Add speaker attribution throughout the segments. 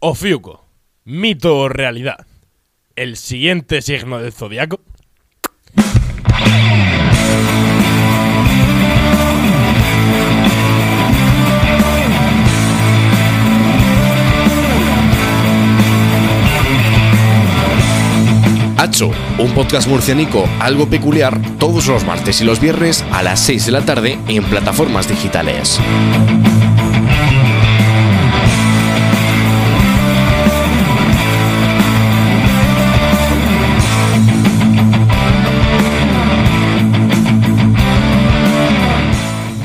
Speaker 1: Ofiuco, mito o realidad. El siguiente signo del zodiaco.
Speaker 2: Hacho, un podcast murcianico algo peculiar todos los martes y los viernes a las 6 de la tarde en plataformas digitales.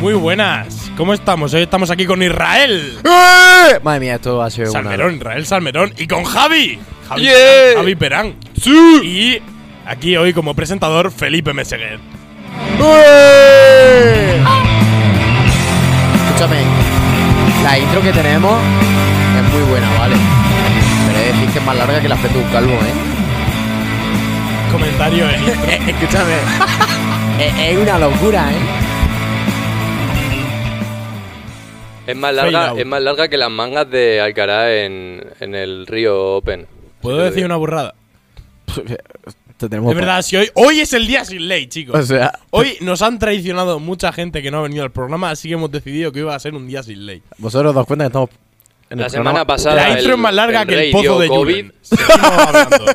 Speaker 1: Muy buenas. ¿Cómo estamos? Hoy estamos aquí con Israel.
Speaker 3: Madre mía, esto va a ser
Speaker 1: Salmerón, Israel Salmerón. Y con Javi. Javi,
Speaker 3: Yeah.
Speaker 1: Perán, Javi Perán. Y aquí hoy como presentador, Felipe Meseguer.
Speaker 3: una- Escúchame, la intro que tenemos es muy buena, ¿vale? Pero he de decir que es más larga que la fe de un calvo, ¿eh?
Speaker 1: Comentario en intro.
Speaker 3: escúchame, es, una locura, ¿eh?
Speaker 4: Es más
Speaker 1: Fade
Speaker 4: larga,
Speaker 1: out.
Speaker 4: es más larga que las mangas de Alcaraz en, en el río Open.
Speaker 1: ¿Puedo
Speaker 4: Sí,
Speaker 1: decir
Speaker 4: lo digo.
Speaker 1: una burrada?
Speaker 3: Te tenemos
Speaker 1: De verdad, si hoy, hoy es el día sin ley,
Speaker 3: pa- O
Speaker 1: chicos.
Speaker 3: sea,
Speaker 1: Hoy nos han traicionado mucha gente que no ha venido al programa, así que hemos decidido que iba a ser un día sin ley.
Speaker 3: vosotros os dais cuenta que estamos en
Speaker 4: La
Speaker 3: el
Speaker 4: semana
Speaker 3: programa-
Speaker 4: pasada.
Speaker 1: La intro
Speaker 4: el-
Speaker 1: es más larga
Speaker 4: el
Speaker 1: que el
Speaker 4: rey
Speaker 1: pozo
Speaker 4: dio
Speaker 1: de
Speaker 4: COVID.
Speaker 1: COVID. Seguimos hablando.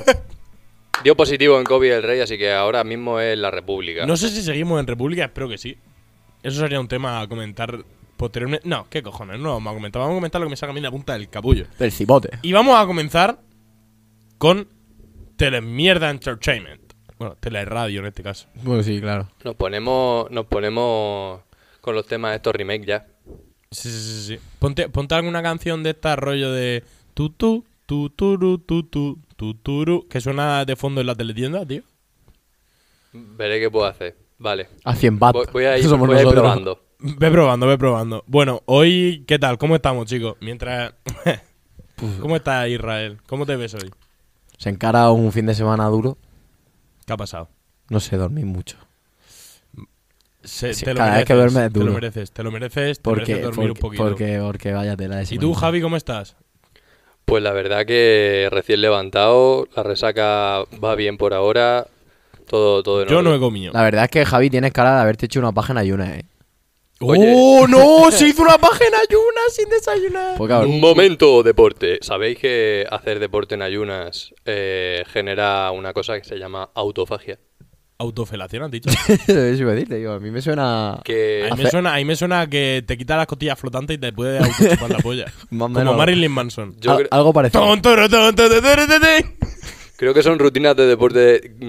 Speaker 4: Dio positivo en COVID el rey, así que ahora mismo es la República.
Speaker 1: No sé si seguimos en República, espero que sí. Eso sería un tema a comentar posteriormente. No, qué cojones, no lo vamos a comentar. Vamos a comentar lo que me saca a mí la punta del capullo.
Speaker 3: Del cipote.
Speaker 1: Y vamos a comenzar con Telemierda Entertainment. Bueno, Teleradio en este caso.
Speaker 3: Bueno, sí, claro.
Speaker 4: Nos ponemos, nos ponemos con los temas de estos remakes ya.
Speaker 1: Sí, sí, sí, sí. Ponte, ponte alguna canción de este rollo de tu tu, tu turu, tu tu, tu turu, que suena de fondo en la teletienda, tío.
Speaker 4: Veré qué puedo hacer. Vale.
Speaker 3: A 100
Speaker 1: Ah,
Speaker 3: bat.
Speaker 4: Voy, voy a ir,
Speaker 3: Eso somos
Speaker 4: voy a ir
Speaker 3: nosotros.
Speaker 4: probando.
Speaker 1: Ve probando, ve probando. Bueno, hoy, ¿qué tal? ¿Cómo estamos, chicos? Mientras. ¿Cómo estás, Israel? ¿Cómo te ves hoy?
Speaker 3: Se encara un fin de semana duro.
Speaker 1: ¿Qué ha pasado?
Speaker 3: No sé, dormir mucho.
Speaker 1: Se-
Speaker 3: Sí,
Speaker 1: te lo
Speaker 3: cada vez
Speaker 1: mereces,
Speaker 3: que duerme es
Speaker 1: te lo
Speaker 3: duro.
Speaker 1: mereces, te lo mereces, te
Speaker 3: Porque,
Speaker 1: mereces dormir
Speaker 3: porque,
Speaker 1: un poquito.
Speaker 3: porque, porque vaya tela de
Speaker 1: ¿Y tú,
Speaker 3: semana.
Speaker 1: Javi, cómo estás?
Speaker 4: Pues la verdad que recién levantado, la resaca va bien por ahora. Todo, todo en
Speaker 1: Yo no he
Speaker 4: orden.
Speaker 1: comido.
Speaker 3: La verdad es que Javi tienes cara de haberte hecho una página y una, eh.
Speaker 4: Oye.
Speaker 1: ¡Oh, no! Se hizo una página ayuna sin desayunar.
Speaker 3: Pues cabrón.
Speaker 4: Un Ah, momento deporte. ¿Sabéis que hacer deporte en ayunas eh, genera una cosa que se llama autofagia?
Speaker 1: Autofelación, han dicho.
Speaker 3: Eso iba a decirte, digo, a mí me suena.
Speaker 4: Que
Speaker 1: Ahí me,
Speaker 3: Hace-
Speaker 1: suena, ahí me suena que te quita las costillas flotantes y te puede autochupar la polla.
Speaker 3: Más o
Speaker 1: Como
Speaker 3: menos.
Speaker 1: Marilyn Manson.
Speaker 4: yo
Speaker 3: Al-
Speaker 4: cre-
Speaker 3: Algo parecido.
Speaker 1: Ton, toro, ton, ton, ton, ton, ton, ton.
Speaker 4: creo que son rutinas de deporte mm,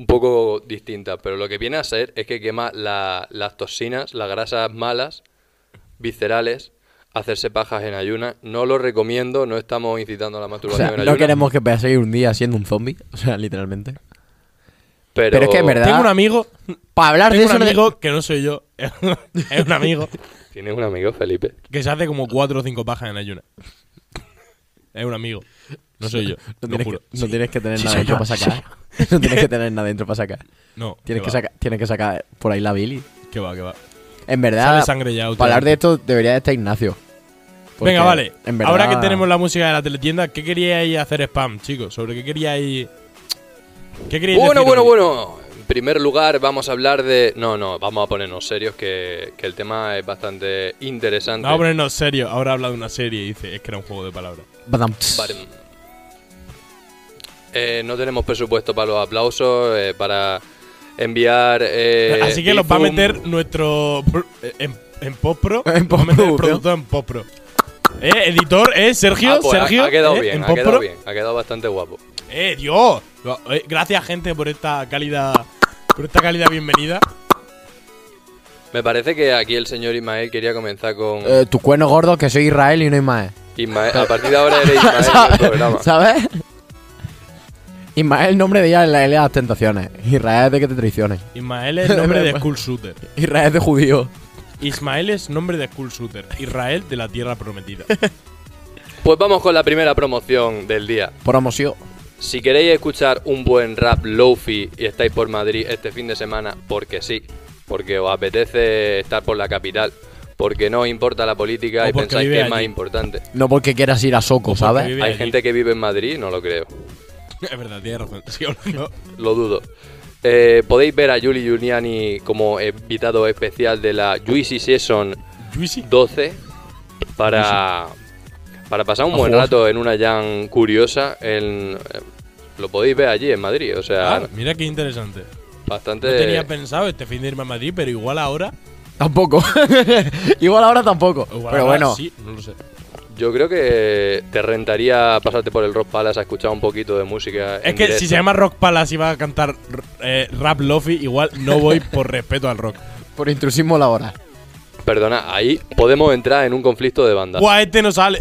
Speaker 4: un poco distintas, pero lo que viene a ser es que quema la- las toxinas, las grasas malas, viscerales, hacerse pajas en ayunas. No lo recomiendo, no estamos incitando a la
Speaker 3: O
Speaker 4: masturbación
Speaker 3: sea,
Speaker 4: en
Speaker 3: no
Speaker 4: ayunas,
Speaker 3: queremos que paséis un día siendo un zombie. O sea, literalmente.
Speaker 4: pero...
Speaker 3: Pero es que en verdad-
Speaker 1: Tengo un amigo.
Speaker 3: Para hablar de
Speaker 1: Tengo un
Speaker 3: eso. no te-
Speaker 1: amigo que no soy yo. es un amigo
Speaker 4: Tienes un amigo, Felipe.
Speaker 1: que se hace como cuatro o cinco pajas en ayuna. Es un amigo. No soy yo.
Speaker 3: No,
Speaker 1: lo
Speaker 3: tienes
Speaker 1: juro.
Speaker 3: que, no tienes que tener
Speaker 1: Sí,
Speaker 3: nada
Speaker 1: soy
Speaker 3: dentro
Speaker 1: yo,
Speaker 3: para
Speaker 1: sí,
Speaker 3: sacar. No tienes que tener nada dentro para sacar.
Speaker 1: No.
Speaker 3: Tienes que,
Speaker 1: va,
Speaker 3: sacar tienes que sacar por ahí la Billy.
Speaker 1: Que va, que va.
Speaker 3: En
Speaker 1: Sale
Speaker 3: verdad,
Speaker 1: sangre ya.
Speaker 3: para hablar de esto debería de estar Ignacio. Porque,
Speaker 1: Venga, vale.
Speaker 3: en verdad-
Speaker 1: Ahora que tenemos la música de la teletienda, ¿qué queríais hacer spam, chicos? ¿Sobre qué queríais.? ¿Qué queríais
Speaker 4: Bueno,
Speaker 1: decir
Speaker 4: bueno,
Speaker 1: hoy?
Speaker 4: bueno. En primer lugar, vamos a hablar de. No, no, vamos a ponernos serios, que, que el tema es bastante interesante.
Speaker 1: Vamos a ponernos serio. Ahora habla de una serie y dice, es que era un juego de palabras.
Speaker 3: Badam.
Speaker 4: Vale. Eh, no tenemos presupuesto para los aplausos, eh, para enviar. eh,
Speaker 1: Así que los va a
Speaker 4: Bizum.
Speaker 1: meter nuestro. pr- En, en Postpro.
Speaker 3: En
Speaker 1: va a meter el
Speaker 3: postproducción.
Speaker 1: producto en Postpro. Eh, editor, eh, Sergio,
Speaker 4: Ah, pues, ha-
Speaker 1: Sergio.
Speaker 4: Ha, quedado
Speaker 1: eh,
Speaker 4: bien,
Speaker 1: en
Speaker 4: ha quedado
Speaker 1: postpro.
Speaker 4: bien, ha quedado bastante guapo.
Speaker 1: Eh, Dios. Eh, gracias, gente, por esta cálida. Por esta cálida bienvenida.
Speaker 4: Me parece que aquí el señor Ismael quería comenzar con.
Speaker 3: Eh, tu cuerno gordo, que soy Israel y no hay más.
Speaker 4: Ismael, a partir de ahora eres Ismael en el programa.
Speaker 3: ¿Sabes? Ismael, nombre de ella en la L de las tentaciones. Israel de que te traiciones.
Speaker 1: Ismael es nombre de School Shooter.
Speaker 3: Israel de judío.
Speaker 1: Ismael es nombre de School Shooter. Israel de la Tierra Prometida.
Speaker 4: Pues vamos con la primera promoción del día.
Speaker 3: Promoción.
Speaker 4: Si queréis escuchar un buen rap lofi y estáis por Madrid este fin de semana, porque sí, porque os apetece estar por la capital, porque no importa la política
Speaker 1: O
Speaker 4: y
Speaker 1: porque
Speaker 4: pensáis
Speaker 1: vive
Speaker 4: que es
Speaker 1: allí.
Speaker 4: más importante.
Speaker 3: No porque quieras ir a Soco,
Speaker 1: Pues porque
Speaker 3: ¿sabes?
Speaker 1: vive-
Speaker 4: Hay
Speaker 1: allí.
Speaker 4: gente que vive en Madrid, no lo creo.
Speaker 1: Es verdad, tienes razón. Sí, no.
Speaker 4: Lo dudo. Eh, Podéis ver a Julie Giuliani como invitado especial de la Juicy Season
Speaker 1: Juicy.
Speaker 4: 12 para, para pasar un
Speaker 1: A
Speaker 4: buen
Speaker 1: jugar.
Speaker 4: rato en una jam curiosa. En, eh, lo podéis ver allí en Madrid, o sea,
Speaker 1: Ah, mira qué interesante.
Speaker 4: bastante.
Speaker 1: No tenía pensado este fin de irme a Madrid, pero igual ahora.
Speaker 3: Tampoco. Igual ahora tampoco.
Speaker 1: o igual
Speaker 3: Pero
Speaker 1: ahora
Speaker 3: bueno,
Speaker 1: Sí, no lo sé.
Speaker 4: Yo creo que te rentaría pasarte por el Rock Palace a escuchar un poquito de música.
Speaker 1: Es
Speaker 4: en
Speaker 1: que si
Speaker 4: directo.
Speaker 1: se llama Rock Palace y va a cantar eh, Rap Lofi, igual no voy por respeto al rock.
Speaker 3: por intrusismo laboral.
Speaker 4: Perdona, ahí podemos entrar en un conflicto de bandas.
Speaker 1: Buah, este no sale.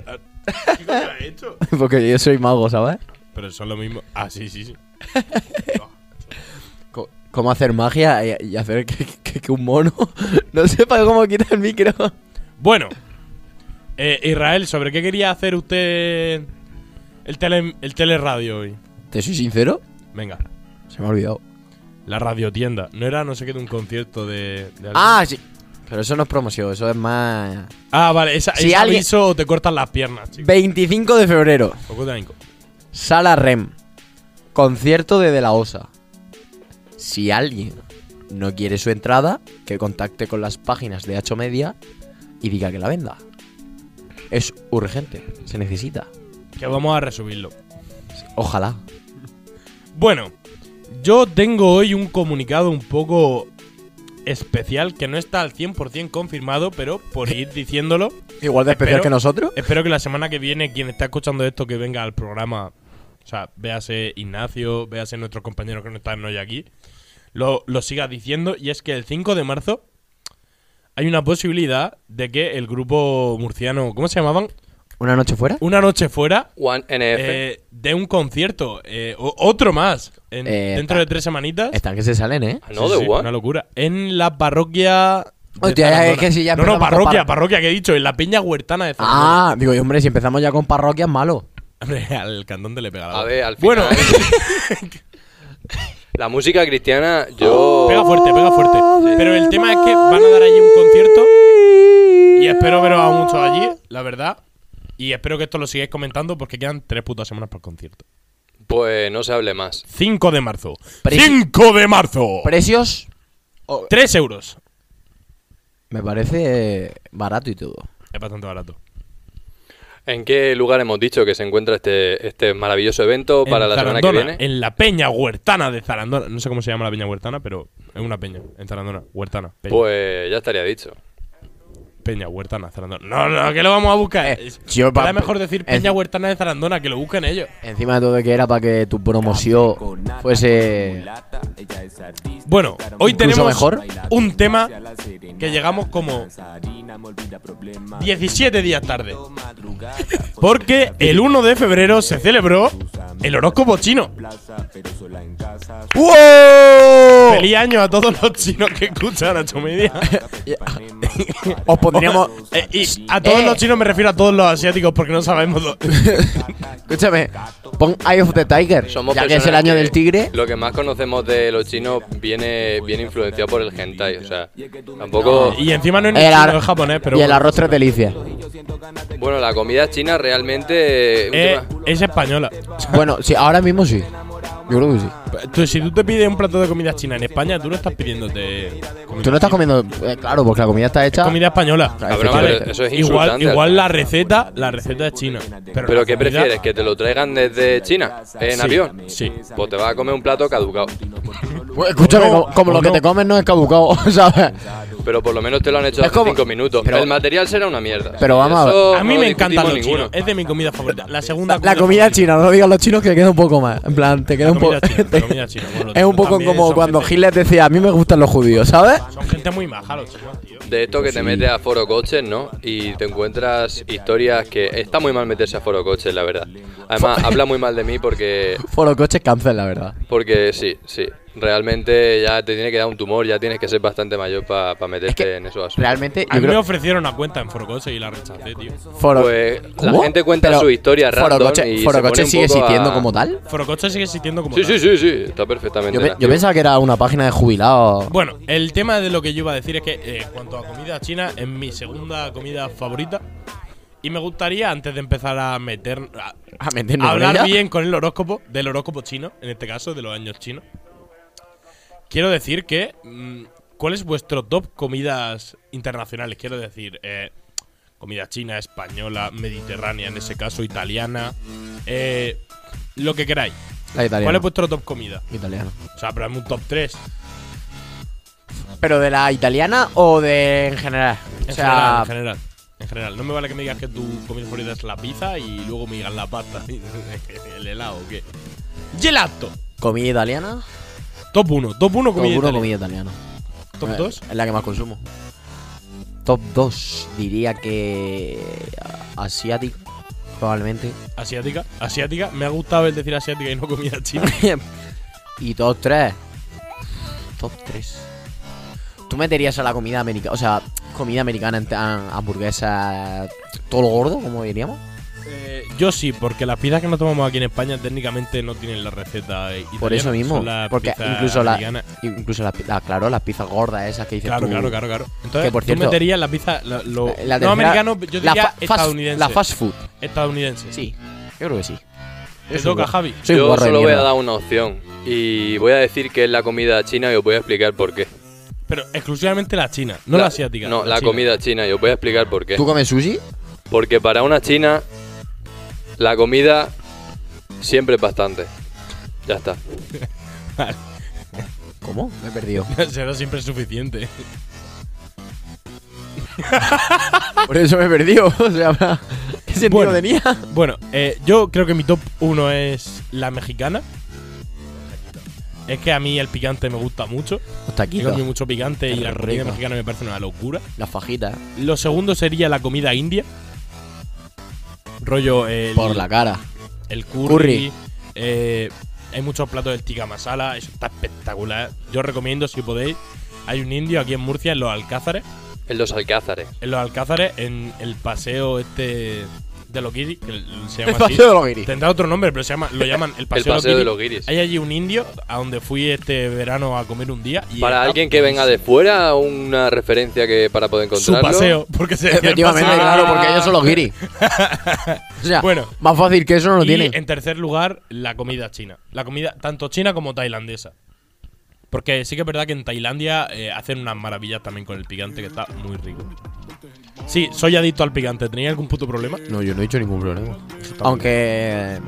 Speaker 1: Chico, ¿qué ha hecho?
Speaker 3: Porque yo soy mago, ¿sabes?
Speaker 1: Pero son lo mismo. Ah, sí, sí, sí.
Speaker 3: Co- Cómo hacer magia y- y hacer que, que- que un mono no sepa cómo quitar el micro.
Speaker 1: Bueno, eh, Israel, ¿sobre qué quería hacer usted el, tele, el teleradio hoy?
Speaker 3: ¿Te soy sincero?
Speaker 1: Venga,
Speaker 3: Se me ha olvidado.
Speaker 1: la radiotienda. No era no sé qué de un concierto de. de alguien?
Speaker 3: Ah, sí. Pero eso no es promoción, eso es más...
Speaker 1: Ah, vale, esa,
Speaker 3: Si
Speaker 1: ese
Speaker 3: alguien-
Speaker 1: aviso o te cortan las piernas, chico.
Speaker 3: 25 de febrero,
Speaker 1: Poco de ahínco.
Speaker 3: Sala Rem. Concierto de De La Osa. Si alguien no quiere su entrada, que contacte con las páginas de Hacho Media y diga que la venda. Es urgente, se necesita.
Speaker 1: Que vamos a resubirlo.
Speaker 3: Ojalá.
Speaker 1: Bueno, yo tengo hoy un comunicado un poco especial que no está al 100% confirmado, pero por ir diciéndolo,
Speaker 3: Igual de especial
Speaker 1: Espero-
Speaker 3: que nosotros.
Speaker 1: espero que la semana que viene quien está escuchando esto que venga al programa, o sea, véase Ignacio, véase nuestros compañeros que no están hoy aquí, lo, lo siga diciendo y es que el 5 de marzo hay una posibilidad de que el grupo murciano, ¿cómo se llamaban?
Speaker 3: ¿Una noche fuera?
Speaker 1: Una noche fuera
Speaker 4: One NF.
Speaker 1: eh, de un concierto, eh, o- otro más, en-
Speaker 3: Eh,
Speaker 1: dentro
Speaker 3: ta-
Speaker 1: de tres semanitas.
Speaker 3: Están que se salen, ¿eh?
Speaker 4: Ah, no,
Speaker 1: Sí,
Speaker 4: de
Speaker 1: sí,
Speaker 4: One.
Speaker 1: Una locura. En la parroquia. de
Speaker 3: Hostia, ya,
Speaker 1: Zarandona.
Speaker 3: es que si ya
Speaker 1: no, no,
Speaker 3: empezamos con
Speaker 1: parroquia,
Speaker 3: par-
Speaker 1: parroquia que he dicho, en la peña huertana de Zarandona.
Speaker 3: Ah, digo, y hombre, si empezamos ya con parroquias, malo.
Speaker 1: Hombre, al cantante le pega la
Speaker 4: A
Speaker 1: voz.
Speaker 4: ver, al final.
Speaker 1: Bueno,
Speaker 4: La música cristiana, yo.
Speaker 1: pega fuerte, pega fuerte. Pero el tema es que van a dar allí un concierto. Y espero veros a muchos allí, la verdad. Y espero que esto lo sigáis comentando porque quedan tres putas semanas para el concierto.
Speaker 4: Pues no se hable más.
Speaker 1: 5 de marzo.
Speaker 3: Preci-
Speaker 1: 5 de marzo.
Speaker 3: Oh. Precios,
Speaker 1: 3 euros.
Speaker 3: Oh. me parece barato y todo.
Speaker 1: Es bastante barato.
Speaker 4: ¿En qué lugar hemos dicho que se encuentra este, este maravilloso evento para
Speaker 1: En
Speaker 4: la semana que
Speaker 1: Zarandona,
Speaker 4: viene?
Speaker 1: En la peña huertana de Zarandona. No sé cómo se llama la peña huertana, pero es una peña. En Zarandona, huertana. Peña,
Speaker 4: Pues ya estaría dicho.
Speaker 1: Peña huertana, Zarandona. No, no, que lo vamos a buscar.
Speaker 3: Eh,
Speaker 1: Es-
Speaker 3: yo eh,
Speaker 1: Era
Speaker 3: pa-
Speaker 1: mejor decir
Speaker 3: es-
Speaker 1: peña huertana de Zarandona, que lo busquen ellos.
Speaker 3: Encima de todo que era para que tu promoción fuese...
Speaker 1: Bueno, hoy
Speaker 3: Incluso
Speaker 1: tenemos
Speaker 3: mejor.
Speaker 1: un tema que llegamos como 17 días tarde. Porque el 1 de febrero se celebró el horóscopo chino.
Speaker 3: ¡Wow!
Speaker 1: Feliz año a todos los chinos que escuchan a Media.
Speaker 3: Os pondríamos...
Speaker 1: Eh, y a todos
Speaker 3: Eh.
Speaker 1: los chinos me refiero a todos los asiáticos porque no sabemos. lo-
Speaker 3: Escúchame, pon Eye of the Tiger,
Speaker 4: Somos
Speaker 3: ya que es el
Speaker 4: personas
Speaker 3: año del tigre.
Speaker 4: Lo que más conocemos de los chinos viene, viene influenciado por el hentai. O sea, tampoco.
Speaker 1: Ah, y encima no es ni
Speaker 3: El ar-
Speaker 1: chino, es japonés, pero.
Speaker 3: y el
Speaker 1: bueno.
Speaker 3: arroz tres delicias.
Speaker 4: Bueno, la comida china realmente.
Speaker 1: Eh,
Speaker 4: última-
Speaker 1: es española.
Speaker 3: bueno, sí, ahora mismo sí. Yo creo que sí.
Speaker 1: Tú, si tú te pides un plato de comida china en España, tú no estás pidiéndote. comida
Speaker 3: Tú no
Speaker 1: china.
Speaker 3: estás Ah, comiendo... eh, claro, porque la comida está hecha...
Speaker 1: comida española.
Speaker 4: Cabrón,
Speaker 1: Vale,
Speaker 4: pero eso es
Speaker 1: igual,
Speaker 4: insultante.
Speaker 1: igual la receta, la receta es china. Pero,
Speaker 4: ¿Pero
Speaker 1: la
Speaker 4: qué
Speaker 1: comida-
Speaker 4: prefieres? ¿Que te lo traigan desde China? ¿En
Speaker 1: Sí,
Speaker 4: avión?
Speaker 1: sí.
Speaker 4: Pues te vas a comer un plato caducado.
Speaker 3: Pues escúchame,
Speaker 1: O no,
Speaker 3: como, como
Speaker 1: o
Speaker 3: lo que
Speaker 1: no.
Speaker 3: te comes no es caducado, ¿sabes?
Speaker 4: Pero por lo menos te lo han hecho
Speaker 3: Es
Speaker 4: hace
Speaker 3: como-
Speaker 4: cinco minutos.
Speaker 3: pero-
Speaker 4: el material será una mierda.
Speaker 3: Pero vamos a ver.
Speaker 4: Eso
Speaker 1: A mí
Speaker 4: no
Speaker 1: me
Speaker 4: lo
Speaker 1: encantan los
Speaker 4: discutimos ninguno.
Speaker 1: chinos. Es de mi comida favorita. La segunda.
Speaker 3: La, la comida china, no lo digan los chinos que queda un poco más. En plan, te queda
Speaker 1: La
Speaker 3: un poco.
Speaker 1: comida china, la comida china, bueno,
Speaker 3: es un poco
Speaker 1: también
Speaker 3: como
Speaker 1: son
Speaker 3: cuando
Speaker 1: gente-
Speaker 3: Hitler decía: A mí me gustan los judíos, ¿sabes?
Speaker 1: Son gente muy maja los chinos, tío.
Speaker 4: De esto que te metes a Foro Coches, ¿no? Y te encuentras historias que está muy mal meterse a Foro Coches, la verdad. Además, habla muy mal de mí porque
Speaker 3: Foro coches cáncer, la verdad.
Speaker 4: porque sí, sí. realmente ya te tiene que dar un tumor, ya tienes que ser bastante mayor para meterte
Speaker 3: Es que
Speaker 4: Este, en esos asuntos.
Speaker 3: Realmente,
Speaker 1: A mí
Speaker 3: yo
Speaker 1: me
Speaker 3: creo.
Speaker 1: ofrecieron una cuenta en Forocoche y la rechacé, tío.
Speaker 3: Foro-
Speaker 4: Pues, la
Speaker 3: ¿Cómo?
Speaker 4: gente cuenta su historia random
Speaker 3: Forocoche,
Speaker 4: y se
Speaker 3: Forocoche
Speaker 4: pone un
Speaker 3: sigue
Speaker 4: poco
Speaker 3: existiendo
Speaker 4: a-
Speaker 3: como tal.
Speaker 1: Forocoche sigue existiendo como
Speaker 4: Sí,
Speaker 1: tal.
Speaker 4: sí, sí, sí, está perfectamente.
Speaker 3: Yo, pe- yo
Speaker 4: en activo.
Speaker 3: pensaba que era una página de jubilados.
Speaker 1: Bueno, el tema de lo que yo iba a decir es que, eh, en cuanto a comida china, es mi segunda comida favorita. Y me gustaría, antes de empezar a meter. a-
Speaker 3: A meternos
Speaker 1: a
Speaker 3: en
Speaker 1: hablar
Speaker 3: ella.
Speaker 1: bien con el horóscopo, del horóscopo chino, en este caso, de los años chinos. Quiero decir que. mm, ¿Cuál es vuestro top comidas internacionales? Quiero decir, eh, comida china, española, mediterránea, en ese caso, italiana. eh, lo que queráis.
Speaker 3: La italiana.
Speaker 1: ¿Cuál es vuestro top comida?
Speaker 3: Italiana.
Speaker 1: O sea, pero hazme un top 3.
Speaker 3: ¿Pero de la italiana o de en general?
Speaker 1: En,
Speaker 3: o
Speaker 1: general,
Speaker 3: sea,
Speaker 1: en general, en general. No me vale que me digas que tu comida favorita es la pizza y luego me digas la pasta. el helado, ¿o ¿qué? Gelato.
Speaker 3: comida italiana.
Speaker 1: Top 1. Top 1
Speaker 3: Top
Speaker 1: comida
Speaker 3: uno,
Speaker 1: italiana.
Speaker 3: comida italiana.
Speaker 1: Top
Speaker 3: Eh,
Speaker 1: 2.
Speaker 3: Es la que más consumo. Top 2, diría que. Asiático, probablemente.
Speaker 1: Asiática. Asiática. Me ha gustado el decir asiática y no comida china.
Speaker 3: y top 3. Top 3. ¿Tú meterías a la comida americana? O sea, comida americana, en plan hamburguesa, todo lo gordo, como diríamos.
Speaker 1: Eh, yo sí, porque las pizzas que nos tomamos aquí en España técnicamente no tienen la receta eh, italiana.
Speaker 3: Por eso mismo.
Speaker 1: son las
Speaker 3: Porque
Speaker 1: pizzas
Speaker 3: incluso, la,
Speaker 1: americanas.
Speaker 3: incluso las pi- ah, claro, las pizzas gordas esas que dices
Speaker 1: Claro,
Speaker 3: tú.
Speaker 1: claro, claro, claro. Entonces,
Speaker 3: Que, por
Speaker 1: tú
Speaker 3: cierto,
Speaker 1: meterías la pizza, la- lo,
Speaker 3: La-
Speaker 1: no
Speaker 3: la tercera-
Speaker 1: americano, yo
Speaker 3: la
Speaker 1: diría
Speaker 3: fa- fast-
Speaker 1: estadounidense.
Speaker 3: La fast food.
Speaker 1: estadounidense.
Speaker 3: Sí, yo creo que sí.
Speaker 1: Te
Speaker 3: soy
Speaker 1: toca,
Speaker 3: guar-
Speaker 1: Javi.
Speaker 3: soy
Speaker 4: Yo
Speaker 3: guarro de
Speaker 4: solo voy a
Speaker 3: mierda.
Speaker 4: dar una opción y voy a decir que es la comida china y os voy a explicar por qué.
Speaker 1: Pero exclusivamente la china, no la, asiática.
Speaker 4: No, la,
Speaker 1: china.
Speaker 4: comida china y os voy a explicar por qué.
Speaker 3: ¿Tú comes sushi?
Speaker 4: Porque para una china, la comida siempre es bastante. Ya está.
Speaker 3: ¿Cómo? Me he perdido.
Speaker 1: Será siempre suficiente.
Speaker 3: Por eso me he perdido. O sea, ¿qué sentido
Speaker 1: Bueno.
Speaker 3: tenía?
Speaker 1: Bueno, eh, yo creo que mi top 1 es la mexicana. Es que a mí el picante me gusta mucho.
Speaker 3: Los
Speaker 1: He
Speaker 3: taquitos,
Speaker 1: comido mucho picante y
Speaker 3: Qué
Speaker 1: la comida
Speaker 3: rico.
Speaker 1: mexicana me parece una locura.
Speaker 3: las fajitas,
Speaker 1: Lo segundo sería la comida india. Rollo el,
Speaker 3: por la cara.
Speaker 1: el curry.
Speaker 3: curry.
Speaker 1: eh, hay muchos platos del tikka masala. Eso está espectacular. Yo os recomiendo si podéis. Hay un indio aquí en Murcia, en los Alcázares.
Speaker 4: En los alcázares.
Speaker 1: En los Alcázares, en el paseo este de los guiris, que se llama
Speaker 3: El
Speaker 1: así.
Speaker 3: paseo de los guiris.
Speaker 1: Tendrá otro nombre, pero se llama, lo llaman el
Speaker 4: El
Speaker 1: paseo,
Speaker 4: paseo de los
Speaker 1: guiris.
Speaker 4: guiris.
Speaker 1: Hay allí un indio a donde fui este verano a comer un día. y
Speaker 4: Para
Speaker 1: está
Speaker 4: alguien que venga de fuera, una referencia que para poder
Speaker 1: su
Speaker 4: encontrarlo.
Speaker 1: paseo, porque se decía el
Speaker 3: Efectivamente,
Speaker 1: paseo.
Speaker 3: claro, porque ellos son los guiris. O sea,
Speaker 1: Bueno.
Speaker 3: más fácil que eso no lo
Speaker 1: Y
Speaker 3: tienen.
Speaker 1: en tercer lugar, la comida china. La comida tanto china como tailandesa. Porque sí que es verdad que en Tailandia eh, hacen unas maravillas también con el picante, que está muy rico. Sí, soy adicto al picante. ¿Tenía algún puto problema?
Speaker 3: No, yo no he hecho ningún problema. Aunque.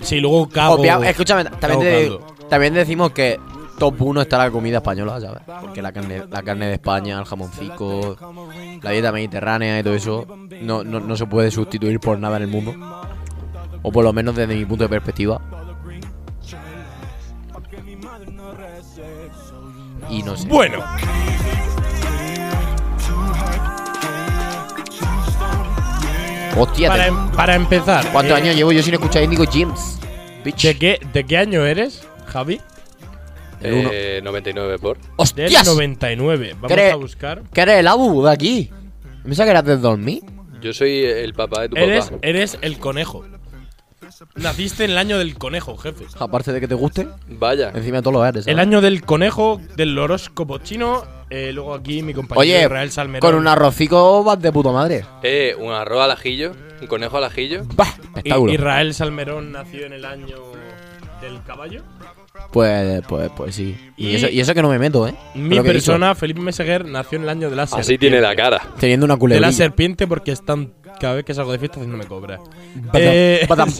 Speaker 1: Sí, luego cago.
Speaker 3: obvia- escúchame, también,
Speaker 1: cago
Speaker 3: te-
Speaker 1: caldo.
Speaker 3: también decimos que top 1 está la comida española, ¿sabes? Porque la carne, la carne de España, el jamoncico, la dieta mediterránea y todo eso no, no, no se puede sustituir por nada en el mundo. O por lo menos desde mi punto de perspectiva. Y no sé.
Speaker 1: Bueno,
Speaker 3: Hostia,
Speaker 1: para,
Speaker 3: te-
Speaker 1: em- para empezar.
Speaker 3: ¿cuántos
Speaker 1: eh,
Speaker 3: años llevo yo sin escuchar Indigo James? Bitch.
Speaker 1: ¿De qué, ¿De qué año eres, Javi?
Speaker 3: El uno.
Speaker 4: Eh, 99 por.
Speaker 1: Del
Speaker 3: ¡Hostias!
Speaker 1: 99. Vamos
Speaker 3: Cre-
Speaker 1: a buscar.
Speaker 3: ¿Qué eres el abu de aquí? Me pensaba que eras del 2000.
Speaker 4: Yo soy el papá de tu
Speaker 1: Eres,
Speaker 4: papá.
Speaker 1: eres el conejo. Naciste en el año del conejo, jefe.
Speaker 3: Aparte de que te guste,
Speaker 4: Vaya.
Speaker 3: encima de todos los eres. ¿sabes?
Speaker 1: El año del conejo, del horóscopo chino. eh, luego aquí mi compañero
Speaker 3: Oye,
Speaker 1: Israel Salmerón.
Speaker 3: con un arrocico vas de puta madre.
Speaker 4: Eh, un arroz al ajillo, un conejo al ajillo.
Speaker 3: Bah,
Speaker 1: I-
Speaker 3: espectáculo.
Speaker 1: Israel Salmerón nació en el año del caballo.
Speaker 3: Pues, pues, pues sí. Y,
Speaker 1: Y-
Speaker 3: eso, y eso que no me meto, ¿eh?
Speaker 1: Mi
Speaker 3: Lo que he
Speaker 1: persona, Felipe Meseguer, nació en el año de la serpiente.
Speaker 4: Así tiene la cara.
Speaker 3: dicho, teniendo una
Speaker 1: De la
Speaker 3: culebrilla.
Speaker 1: serpiente porque están cada vez que salgo de fiesta haciéndome cobra.
Speaker 3: Badam,
Speaker 1: Eh,
Speaker 3: badam.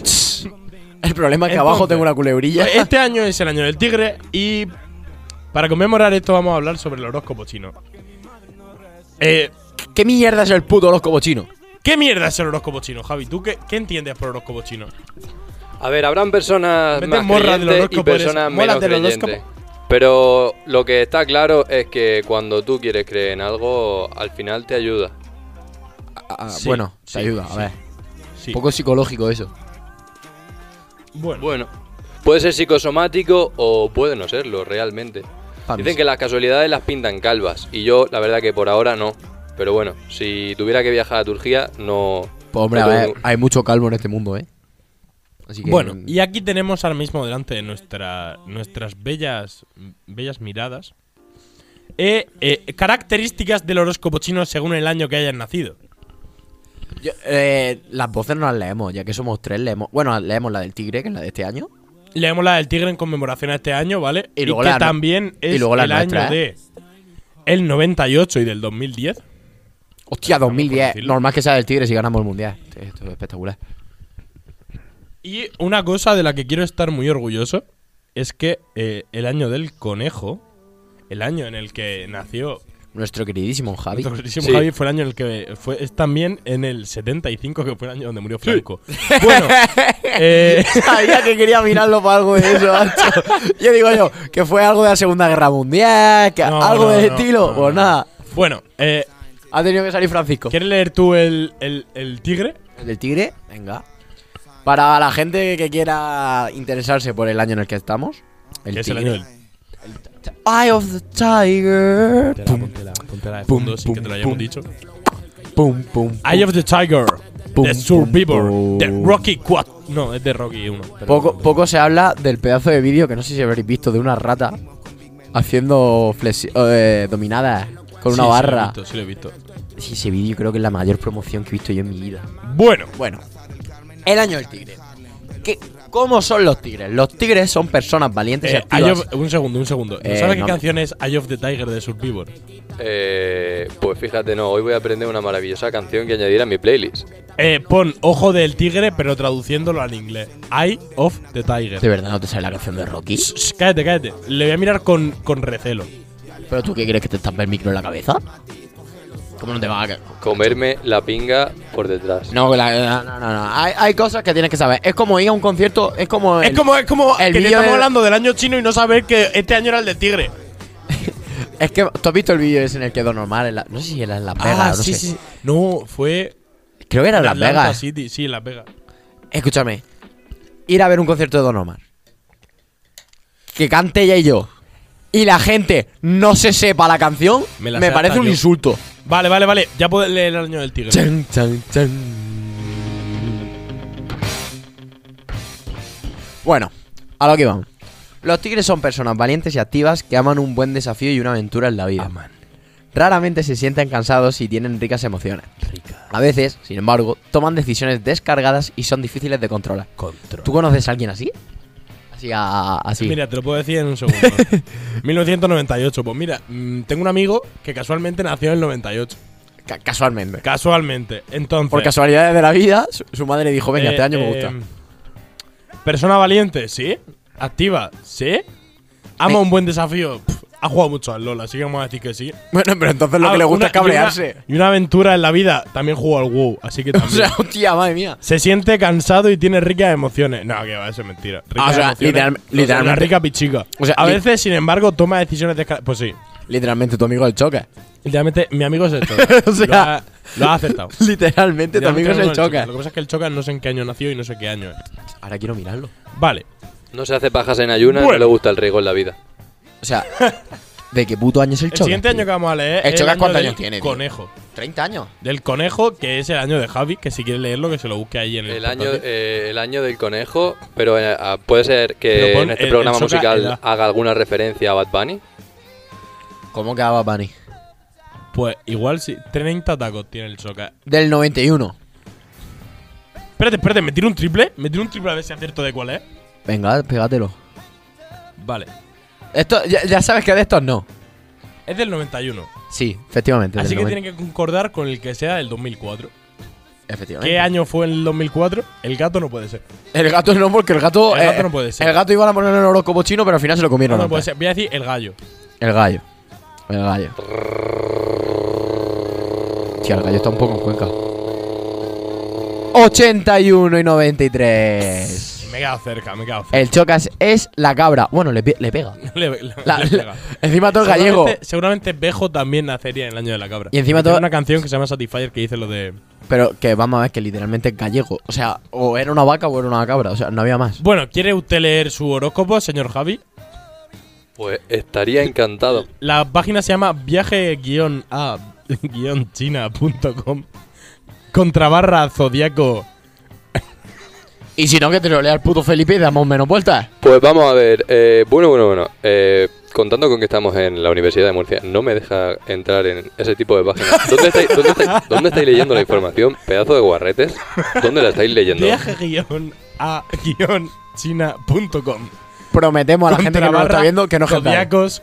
Speaker 3: El problema es que abajo
Speaker 1: Entonces,
Speaker 3: tengo una culebrilla.
Speaker 1: Este año es el año del tigre y para conmemorar esto vamos a hablar sobre el horóscopo chino. Eh,
Speaker 3: ¿Qué mierda es el puto horóscopo chino?
Speaker 1: ¿Qué mierda es el horóscopo chino, Javi? ¿Tú qué, qué entiendes por horóscopo chino?
Speaker 4: A ver, habrán personas
Speaker 1: Vete
Speaker 4: más
Speaker 1: morra del
Speaker 4: creyentes y
Speaker 1: horóscopo, eres-
Speaker 4: personas
Speaker 1: mola
Speaker 4: menos
Speaker 1: del
Speaker 4: creyentes.
Speaker 1: horóscopo.
Speaker 4: Pero lo que está claro es que cuando tú quieres creer en algo, al final te ayuda.
Speaker 3: Ah, ah,
Speaker 1: Sí,
Speaker 3: bueno,
Speaker 1: sí,
Speaker 3: te ayuda, a
Speaker 1: sí.
Speaker 3: ver.
Speaker 1: Sí.
Speaker 3: Poco psicológico eso.
Speaker 1: Bueno,
Speaker 4: Bueno, Puede ser psicosomático o puede no serlo, realmente.
Speaker 3: Pa' mí
Speaker 4: Dicen
Speaker 3: sí.
Speaker 4: que las casualidades las pintan calvas. Y yo, la verdad, que por ahora no. Pero bueno, si tuviera que viajar a Turquía, no.
Speaker 3: Pues hombre,
Speaker 4: no
Speaker 3: a ver,
Speaker 4: tengo-
Speaker 3: hay mucho calvo en este mundo, ¿eh? Así que, mm.
Speaker 1: Bueno, y aquí tenemos ahora mismo delante de nuestra, nuestras bellas, bellas miradas eh, eh, características del horóscopo chino según el año que hayan nacido.
Speaker 3: Yo- eh, las voces no las leemos, ya que somos tres, leemos. Bueno, leemos la del tigre, que es la de este año.
Speaker 1: Leemos la del tigre en conmemoración a este año, ¿vale?
Speaker 3: Y luego
Speaker 1: que
Speaker 3: la no-
Speaker 1: también
Speaker 3: y
Speaker 1: es
Speaker 3: luego la
Speaker 1: el
Speaker 3: nuestra,
Speaker 1: año
Speaker 3: ¿eh?
Speaker 1: de el 98 y del 2010.
Speaker 3: Hostia,
Speaker 1: por
Speaker 3: 2010.
Speaker 1: decirlo.
Speaker 3: Normal que sea del tigre si ganamos el mundial. Esto es espectacular.
Speaker 1: Y una cosa de la que quiero estar muy orgulloso es que eh, el año del conejo, el año en el que nació
Speaker 3: Nuestro queridísimo Javi.
Speaker 1: Nuestro queridísimo
Speaker 4: Sí.
Speaker 1: Javi fue el año en el que fue es también en el 75 que fue el año donde murió Franco. Bueno, eh,
Speaker 3: Sabía que quería mirarlo para algo de eso, macho. Yo digo yo, que fue algo de la Segunda Guerra Mundial, que
Speaker 1: no,
Speaker 3: algo
Speaker 1: no,
Speaker 3: del
Speaker 1: no,
Speaker 3: estilo.
Speaker 1: no,
Speaker 3: pues
Speaker 1: no.
Speaker 3: nada,
Speaker 1: Bueno, eh,
Speaker 3: ha tenido que salir Francisco.
Speaker 1: ¿quieres leer tú el, el- el tigre?
Speaker 3: ¿El del tigre? Venga. Para la gente que quiera interesarse por el año en el que estamos.
Speaker 1: Que
Speaker 3: El
Speaker 1: es el
Speaker 3: tigre.
Speaker 1: año del
Speaker 3: Eye of the Tiger. Pum,
Speaker 1: de
Speaker 3: pum,
Speaker 1: fondo, sin que te lo
Speaker 3: pum,
Speaker 1: hayamos
Speaker 3: pum.
Speaker 1: dicho.
Speaker 3: pum, pum.
Speaker 1: Eye of the Tiger,
Speaker 3: Pum,
Speaker 1: The Survivor,
Speaker 3: pum,
Speaker 1: The
Speaker 3: pum.
Speaker 1: Rocky 4. No, es de Rocky 1. pero-
Speaker 3: Poco, poco se habla del pedazo de vídeo que no sé si habréis visto de una rata haciendo flexi- eh, dominadas con
Speaker 1: Sí,
Speaker 3: una barra.
Speaker 1: Sí, lo he visto, sí lo he visto.
Speaker 3: Sí, ese vídeo creo que es la mayor promoción que he visto yo en mi vida.
Speaker 1: Bueno,
Speaker 3: Bueno, el año del tigre. ¿Qué- ¿Cómo son los tigres? Los tigres son personas valientes y
Speaker 1: eh, Eye
Speaker 3: activas.
Speaker 1: of- un segundo, un segundo.
Speaker 3: Este Eh,
Speaker 1: ¿Sabes qué
Speaker 3: no me-
Speaker 1: canción es Eye of the Tiger de Survivor?
Speaker 4: Eh, pues fíjate, no. Hoy voy a aprender una maravillosa canción que añadir a mi playlist.
Speaker 1: Eh, pon Ojo del Tigre, pero traduciéndolo al inglés. Eye of the Tiger.
Speaker 3: ¿De verdad no te sale la canción de Rocky?
Speaker 1: Shh, shh, cállate, cállate. Le voy a mirar con, con recelo.
Speaker 3: ¿Pero tú qué crees que te estampe el micro en la cabeza? ¿Cómo no te va a.? ca-
Speaker 4: Comerme la pinga por detrás.
Speaker 3: No, la- la- no, no, no. Hay, hay cosas que tienes que saber. Es como ir a un concierto. Es como. el-
Speaker 1: es como, es como
Speaker 3: el
Speaker 1: que te
Speaker 3: vídeo
Speaker 1: estamos
Speaker 3: de-
Speaker 1: hablando del año chino y no saber que este año era el de tigre.
Speaker 3: Es que tú has visto el vídeo ese en el que Don Omar, en la- no sé si era en Las
Speaker 1: Ah,
Speaker 3: Vegas, no sé.
Speaker 1: No, fue
Speaker 3: Creo que era en
Speaker 1: en
Speaker 3: Las
Speaker 1: Atlanta
Speaker 3: Vegas.
Speaker 1: City, sí, en Las Vegas.
Speaker 3: Escúchame, ir a ver un concierto de Don Omar, que cante ella y yo, y la gente no se sepa la canción,
Speaker 1: Me
Speaker 3: me,
Speaker 1: la sé
Speaker 3: parece
Speaker 1: hasta
Speaker 3: un
Speaker 1: yo.
Speaker 3: insulto.
Speaker 1: Vale, vale, vale. Ya puedes leer el año del tigre.
Speaker 3: Chan, chan, chan. Bueno, a lo que vamos. Los tigres son personas valientes y activas que aman un buen desafío y una aventura en la vida.
Speaker 1: Aman.
Speaker 3: Raramente se sienten cansados y tienen ricas emociones. A veces, sin embargo, toman decisiones descargadas y son difíciles de controlar.
Speaker 1: Control.
Speaker 3: ¿Tú conoces a alguien así? Así, a- así.
Speaker 1: Mira, te lo puedo decir en un segundo. 1998. Pues mira, mm, tengo un amigo que casualmente nació en el 98.
Speaker 3: Ca- casualmente.
Speaker 1: Casualmente. Entonces.
Speaker 3: Por casualidades de la vida, su, su madre dijo, venga,
Speaker 1: Eh,
Speaker 3: este año me
Speaker 1: eh,
Speaker 3: gusta.
Speaker 1: persona valiente, sí. Activa, sí. Ama un buen desafío. pf, ha jugado mucho al LOL, así que vamos a decir que sí.
Speaker 3: Bueno, pero entonces lo
Speaker 1: Ah,
Speaker 3: que le gusta
Speaker 1: una-
Speaker 3: es cabrearse.
Speaker 1: Y una, y una aventura en la vida. También jugó al WoW, así que
Speaker 3: O
Speaker 1: también.
Speaker 3: sea, hostia, madre mía.
Speaker 1: se siente cansado y tiene ricas emociones. No, que va, eso es mentira. Ricas
Speaker 3: Ah, o sea,
Speaker 1: emociones,
Speaker 3: literal-
Speaker 1: no,
Speaker 3: literalmente-
Speaker 1: Una rica pichica.
Speaker 3: O sea,
Speaker 1: a
Speaker 3: li-
Speaker 1: veces, sin embargo, toma decisiones descaradas. Pues sí.
Speaker 3: Literalmente tu amigo el choca.
Speaker 1: Literalmente, mi amigo es esto.
Speaker 3: O sea-
Speaker 1: lo, ha, lo ha aceptado.
Speaker 3: Literalmente tu amigo es el
Speaker 1: Literalmente
Speaker 3: choca.
Speaker 1: Lo que pasa es que el Choca no sé en qué año nació y no sé qué año es.
Speaker 3: Ahora quiero mirarlo.
Speaker 1: Vale.
Speaker 4: No se hace pajas en ayunas,
Speaker 1: Bueno.
Speaker 4: no le gusta el riesgo en la vida.
Speaker 3: O sea, ¿de qué puto año es el
Speaker 1: El
Speaker 3: choca?
Speaker 1: siguiente año que vamos a leer.
Speaker 3: El
Speaker 1: es
Speaker 3: Chocas, ¿cuántos
Speaker 1: del
Speaker 3: años tiene, tío?
Speaker 1: Conejo.
Speaker 3: 30 años.
Speaker 1: Del conejo, que es el año de Javi, que si quiere leerlo, que se lo busque ahí en el.
Speaker 4: El año,
Speaker 1: portátil.
Speaker 4: eh, el año del conejo, pero eh, ah, puede ser
Speaker 1: Pero
Speaker 4: que
Speaker 1: pon
Speaker 4: en este
Speaker 1: el-
Speaker 4: programa
Speaker 1: el Soca en
Speaker 4: musical
Speaker 1: la-
Speaker 4: haga alguna referencia a Bad Bunny.
Speaker 3: ¿Cómo quedaba Bunny?
Speaker 1: Pues igual sí. 30 tacos tiene el Soca.
Speaker 3: Del 91.
Speaker 1: Espérate, espérate, me tiro un triple. Me tiro un triple a ver si acierto de cuál es.
Speaker 3: Venga, pégatelo.
Speaker 1: Vale.
Speaker 3: Esto, ya, ya sabes que de estos no.
Speaker 1: Es del 91.
Speaker 3: Sí, efectivamente.
Speaker 1: así
Speaker 3: del
Speaker 1: que
Speaker 3: 90.
Speaker 1: tiene que concordar con el que sea del 2004.
Speaker 3: Efectivamente.
Speaker 1: ¿Qué año fue en el 2004? El gato no puede ser.
Speaker 3: El gato no, porque el gato. eh,
Speaker 1: El gato no puede ser.
Speaker 3: El gato iban a poner el horóscopo chino, pero al final se lo
Speaker 1: No,
Speaker 3: comieron.
Speaker 1: no
Speaker 3: antes.
Speaker 1: puede ser. Voy a decir el gallo.
Speaker 3: El gallo. El gallo. Tía, el gallo está un poco en cuenca. 81 y 93.
Speaker 1: Me he quedado cerca, me he quedado cerca.
Speaker 3: El chocas es la cabra. Bueno, le, pe- le pega.
Speaker 1: Le- le-
Speaker 3: La-
Speaker 1: le
Speaker 3: la-
Speaker 1: pega.
Speaker 3: encima todo es gallego.
Speaker 1: Seguramente- Seguramente Bejo también nacería en el año de la cabra.
Speaker 3: Y encima
Speaker 1: Tiene
Speaker 3: todo-
Speaker 1: una canción que se llama Satisfyer que dice lo de.
Speaker 3: Pero que vamos a ver que literalmente es gallego. O sea, o era una vaca o era una cabra. O sea, no había más.
Speaker 1: Bueno, ¿quiere usted leer su horóscopo, señor Javi?
Speaker 4: Pues estaría encantado.
Speaker 1: La página se llama viaje-a-china.com contra barra zodiaco.
Speaker 3: Y si no, que te lo lea el puto Felipe y damos menos vueltas.
Speaker 4: Pues vamos a ver. eh, bueno, bueno, bueno. eh, contando con que estamos en la Universidad de Murcia, no me deja entrar en ese tipo de páginas. ¿Dónde estáis, dónde estáis- dónde estáis leyendo la información? Pedazo de guarretes. ¿Dónde la estáis leyendo?
Speaker 1: Viaje-a-china.com
Speaker 3: Prometemos a la gente que nos está viendo que no es hentai.
Speaker 1: zodiacos.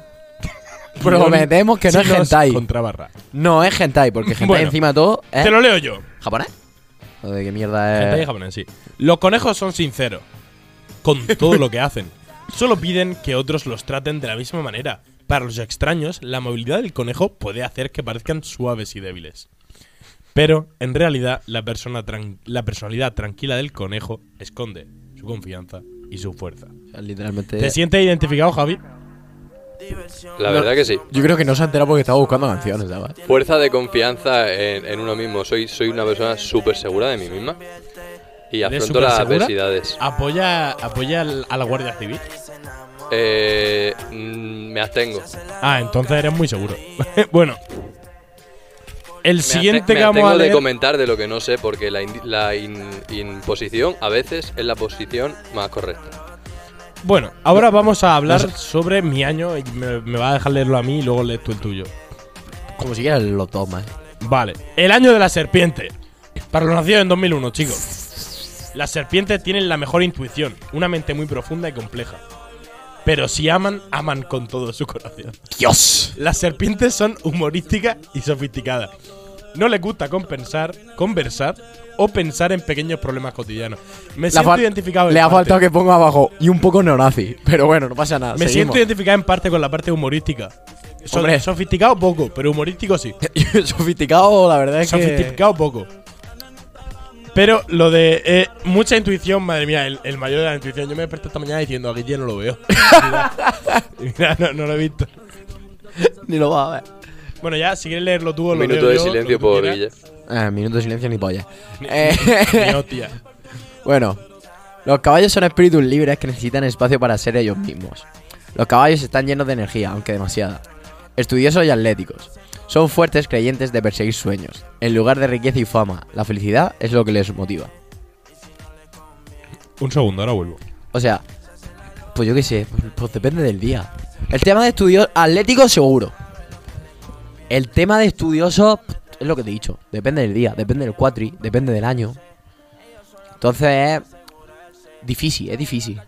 Speaker 3: Prometemos que no es
Speaker 1: chinos
Speaker 3: hentai. ¿Eh?
Speaker 1: Contra barra.
Speaker 3: No es hentai, porque hentai
Speaker 1: Bueno,
Speaker 3: encima de todo es...
Speaker 1: Te lo leo yo.
Speaker 3: ¿Japonés? ¿O de qué mierda es?
Speaker 1: Hentai
Speaker 4: Eh,
Speaker 1: y japonés, sí. Los conejos son sinceros con todo lo que hacen. Solo piden que otros los traten de la misma manera. Para los extraños, la movilidad del conejo puede hacer que parezcan suaves y débiles. Pero, en realidad, la, persona tran- la personalidad tranquila del conejo esconde su confianza y su fuerza.
Speaker 3: O sea, literalmente...
Speaker 4: Eh.
Speaker 1: ¿Te sientes identificado, Javi?
Speaker 4: La verdad que sí.
Speaker 3: Yo creo que no se ha enterado porque estaba buscando canciones, ¿sabes?
Speaker 4: Fuerza de confianza en, en uno mismo. Soy, soy una persona súper segura de mí misma. Y afronto las
Speaker 1: supersegura?
Speaker 4: adversidades.
Speaker 1: ¿Apoya, apoya al- a la Guardia Civil?
Speaker 4: Eh, mm, me abstengo. Me
Speaker 1: Ah, entonces eres muy seguro. bueno. El
Speaker 4: abste-
Speaker 1: siguiente
Speaker 4: me
Speaker 1: que vamos a
Speaker 4: abstengo de
Speaker 1: leer...
Speaker 4: comentar de lo que no sé porque la, indi- la in- imposición a veces es la posición más correcta.
Speaker 1: Bueno, ahora vamos a hablar sobre mi año. y Me, me va a dejar leerlo a mí y luego lees tú el tuyo.
Speaker 3: Como si quieras lo ¿eh? tomas.
Speaker 1: Vale. El año de la serpiente. Para los nacidos en 2001, chicos. Las serpientes tienen la mejor intuición, una mente muy profunda y compleja. Pero si aman, aman con todo su corazón.
Speaker 3: ¡Dios!
Speaker 1: Las serpientes son humorísticas y sofisticadas. No les gusta compensar, conversar o pensar en pequeños problemas cotidianos. Me
Speaker 3: Le ha
Speaker 1: siento
Speaker 3: fal-
Speaker 1: identificado. en
Speaker 3: Le ha
Speaker 1: parte.
Speaker 3: faltado que ponga abajo y un poco neonazi. Pero bueno, no pasa nada.
Speaker 1: Me
Speaker 3: Ah, seguimos.
Speaker 1: siento identificado en parte con la parte humorística. So-
Speaker 3: Hombre.
Speaker 1: Sofisticado poco, pero humorístico sí.
Speaker 3: Sofisticado, la verdad es que.
Speaker 1: Sofisticado poco. Pero lo de eh, mucha intuición, madre mía, el, el mayor de la intuición. Yo me desperté esta mañana diciendo, aquí ya no lo veo. Mira, no, no lo he visto.
Speaker 3: Ni lo va a ver.
Speaker 1: Bueno, ya, si quieres leerlo tú o
Speaker 4: Un
Speaker 1: lo
Speaker 4: minuto
Speaker 1: leo
Speaker 4: de
Speaker 1: yo,
Speaker 4: silencio
Speaker 1: lo que tú
Speaker 4: por Guille.
Speaker 1: quieras.
Speaker 3: Eh, minuto de silencio ni polla.
Speaker 1: Ni-
Speaker 3: Eh,
Speaker 1: ni hostia.
Speaker 3: Bueno, los caballos son espíritus libres que necesitan espacio para ser ellos mismos. Los caballos están llenos de energía, aunque demasiada. Estudiosos y atléticos. Son fuertes creyentes de perseguir sueños. En lugar de riqueza y fama, la felicidad es lo que les motiva.
Speaker 1: Un segundo, ahora vuelvo.
Speaker 3: O sea, pues yo qué sé, pues, pues depende del día. El tema de estudios atléticos seguro. El tema de estudiosos pues, es lo que te he dicho. Depende del día, depende del cuatri, depende del año. Entonces es difícil, es difícil.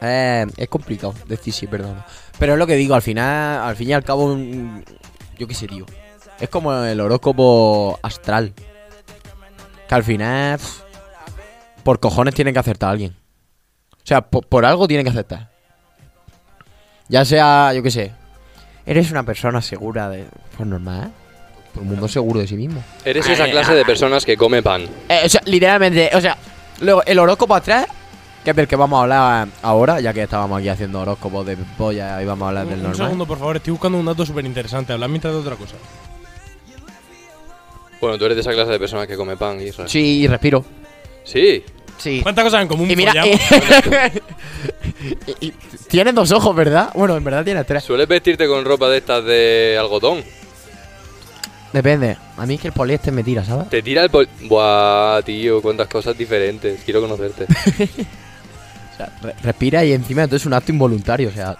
Speaker 3: Eh, es complicado decir sí, perdón. Pero es lo que digo, al final, al fin y al cabo, un- yo qué sé, tío. Es como el horóscopo astral. Que al final, pf, por cojones tienen que acertar a alguien. O sea, po- por, algo tienen que acertar. Ya sea, yo qué sé. Eres una persona segura de. Pues normal, ¿eh? Por un mundo seguro de sí mismo.
Speaker 4: Eres esa clase de personas que come pan.
Speaker 3: Eh, o sea, literalmente, o sea, luego el horóscopo atrás, que es del que vamos a hablar ahora, ya que estábamos aquí haciendo horóscopos de polla y vamos a hablar
Speaker 1: Un,
Speaker 3: del
Speaker 1: un
Speaker 3: normal.
Speaker 1: segundo, por favor, estoy buscando un dato súper interesante. Habla mientras de otra cosa.
Speaker 4: Bueno, tú eres de esa clase de personas que come pan, Isra.
Speaker 3: Sí, respiro.
Speaker 4: Sí.
Speaker 3: Sí.
Speaker 1: ¿Cuántas cosas en común?
Speaker 3: Y mira, eh,
Speaker 1: follamos?
Speaker 3: y- y- tienes dos ojos, ¿verdad? Bueno, en verdad tienes tres.
Speaker 4: ¿Sueles vestirte con ropa de estas de algodón?
Speaker 3: Depende. A mí es que el poliéster me tira, ¿sabes?
Speaker 4: Te tira el pol... Buah, tío, cuántas cosas diferentes. Quiero conocerte.
Speaker 3: O sea, re- respira y encima de todo es un acto involuntario, o sea,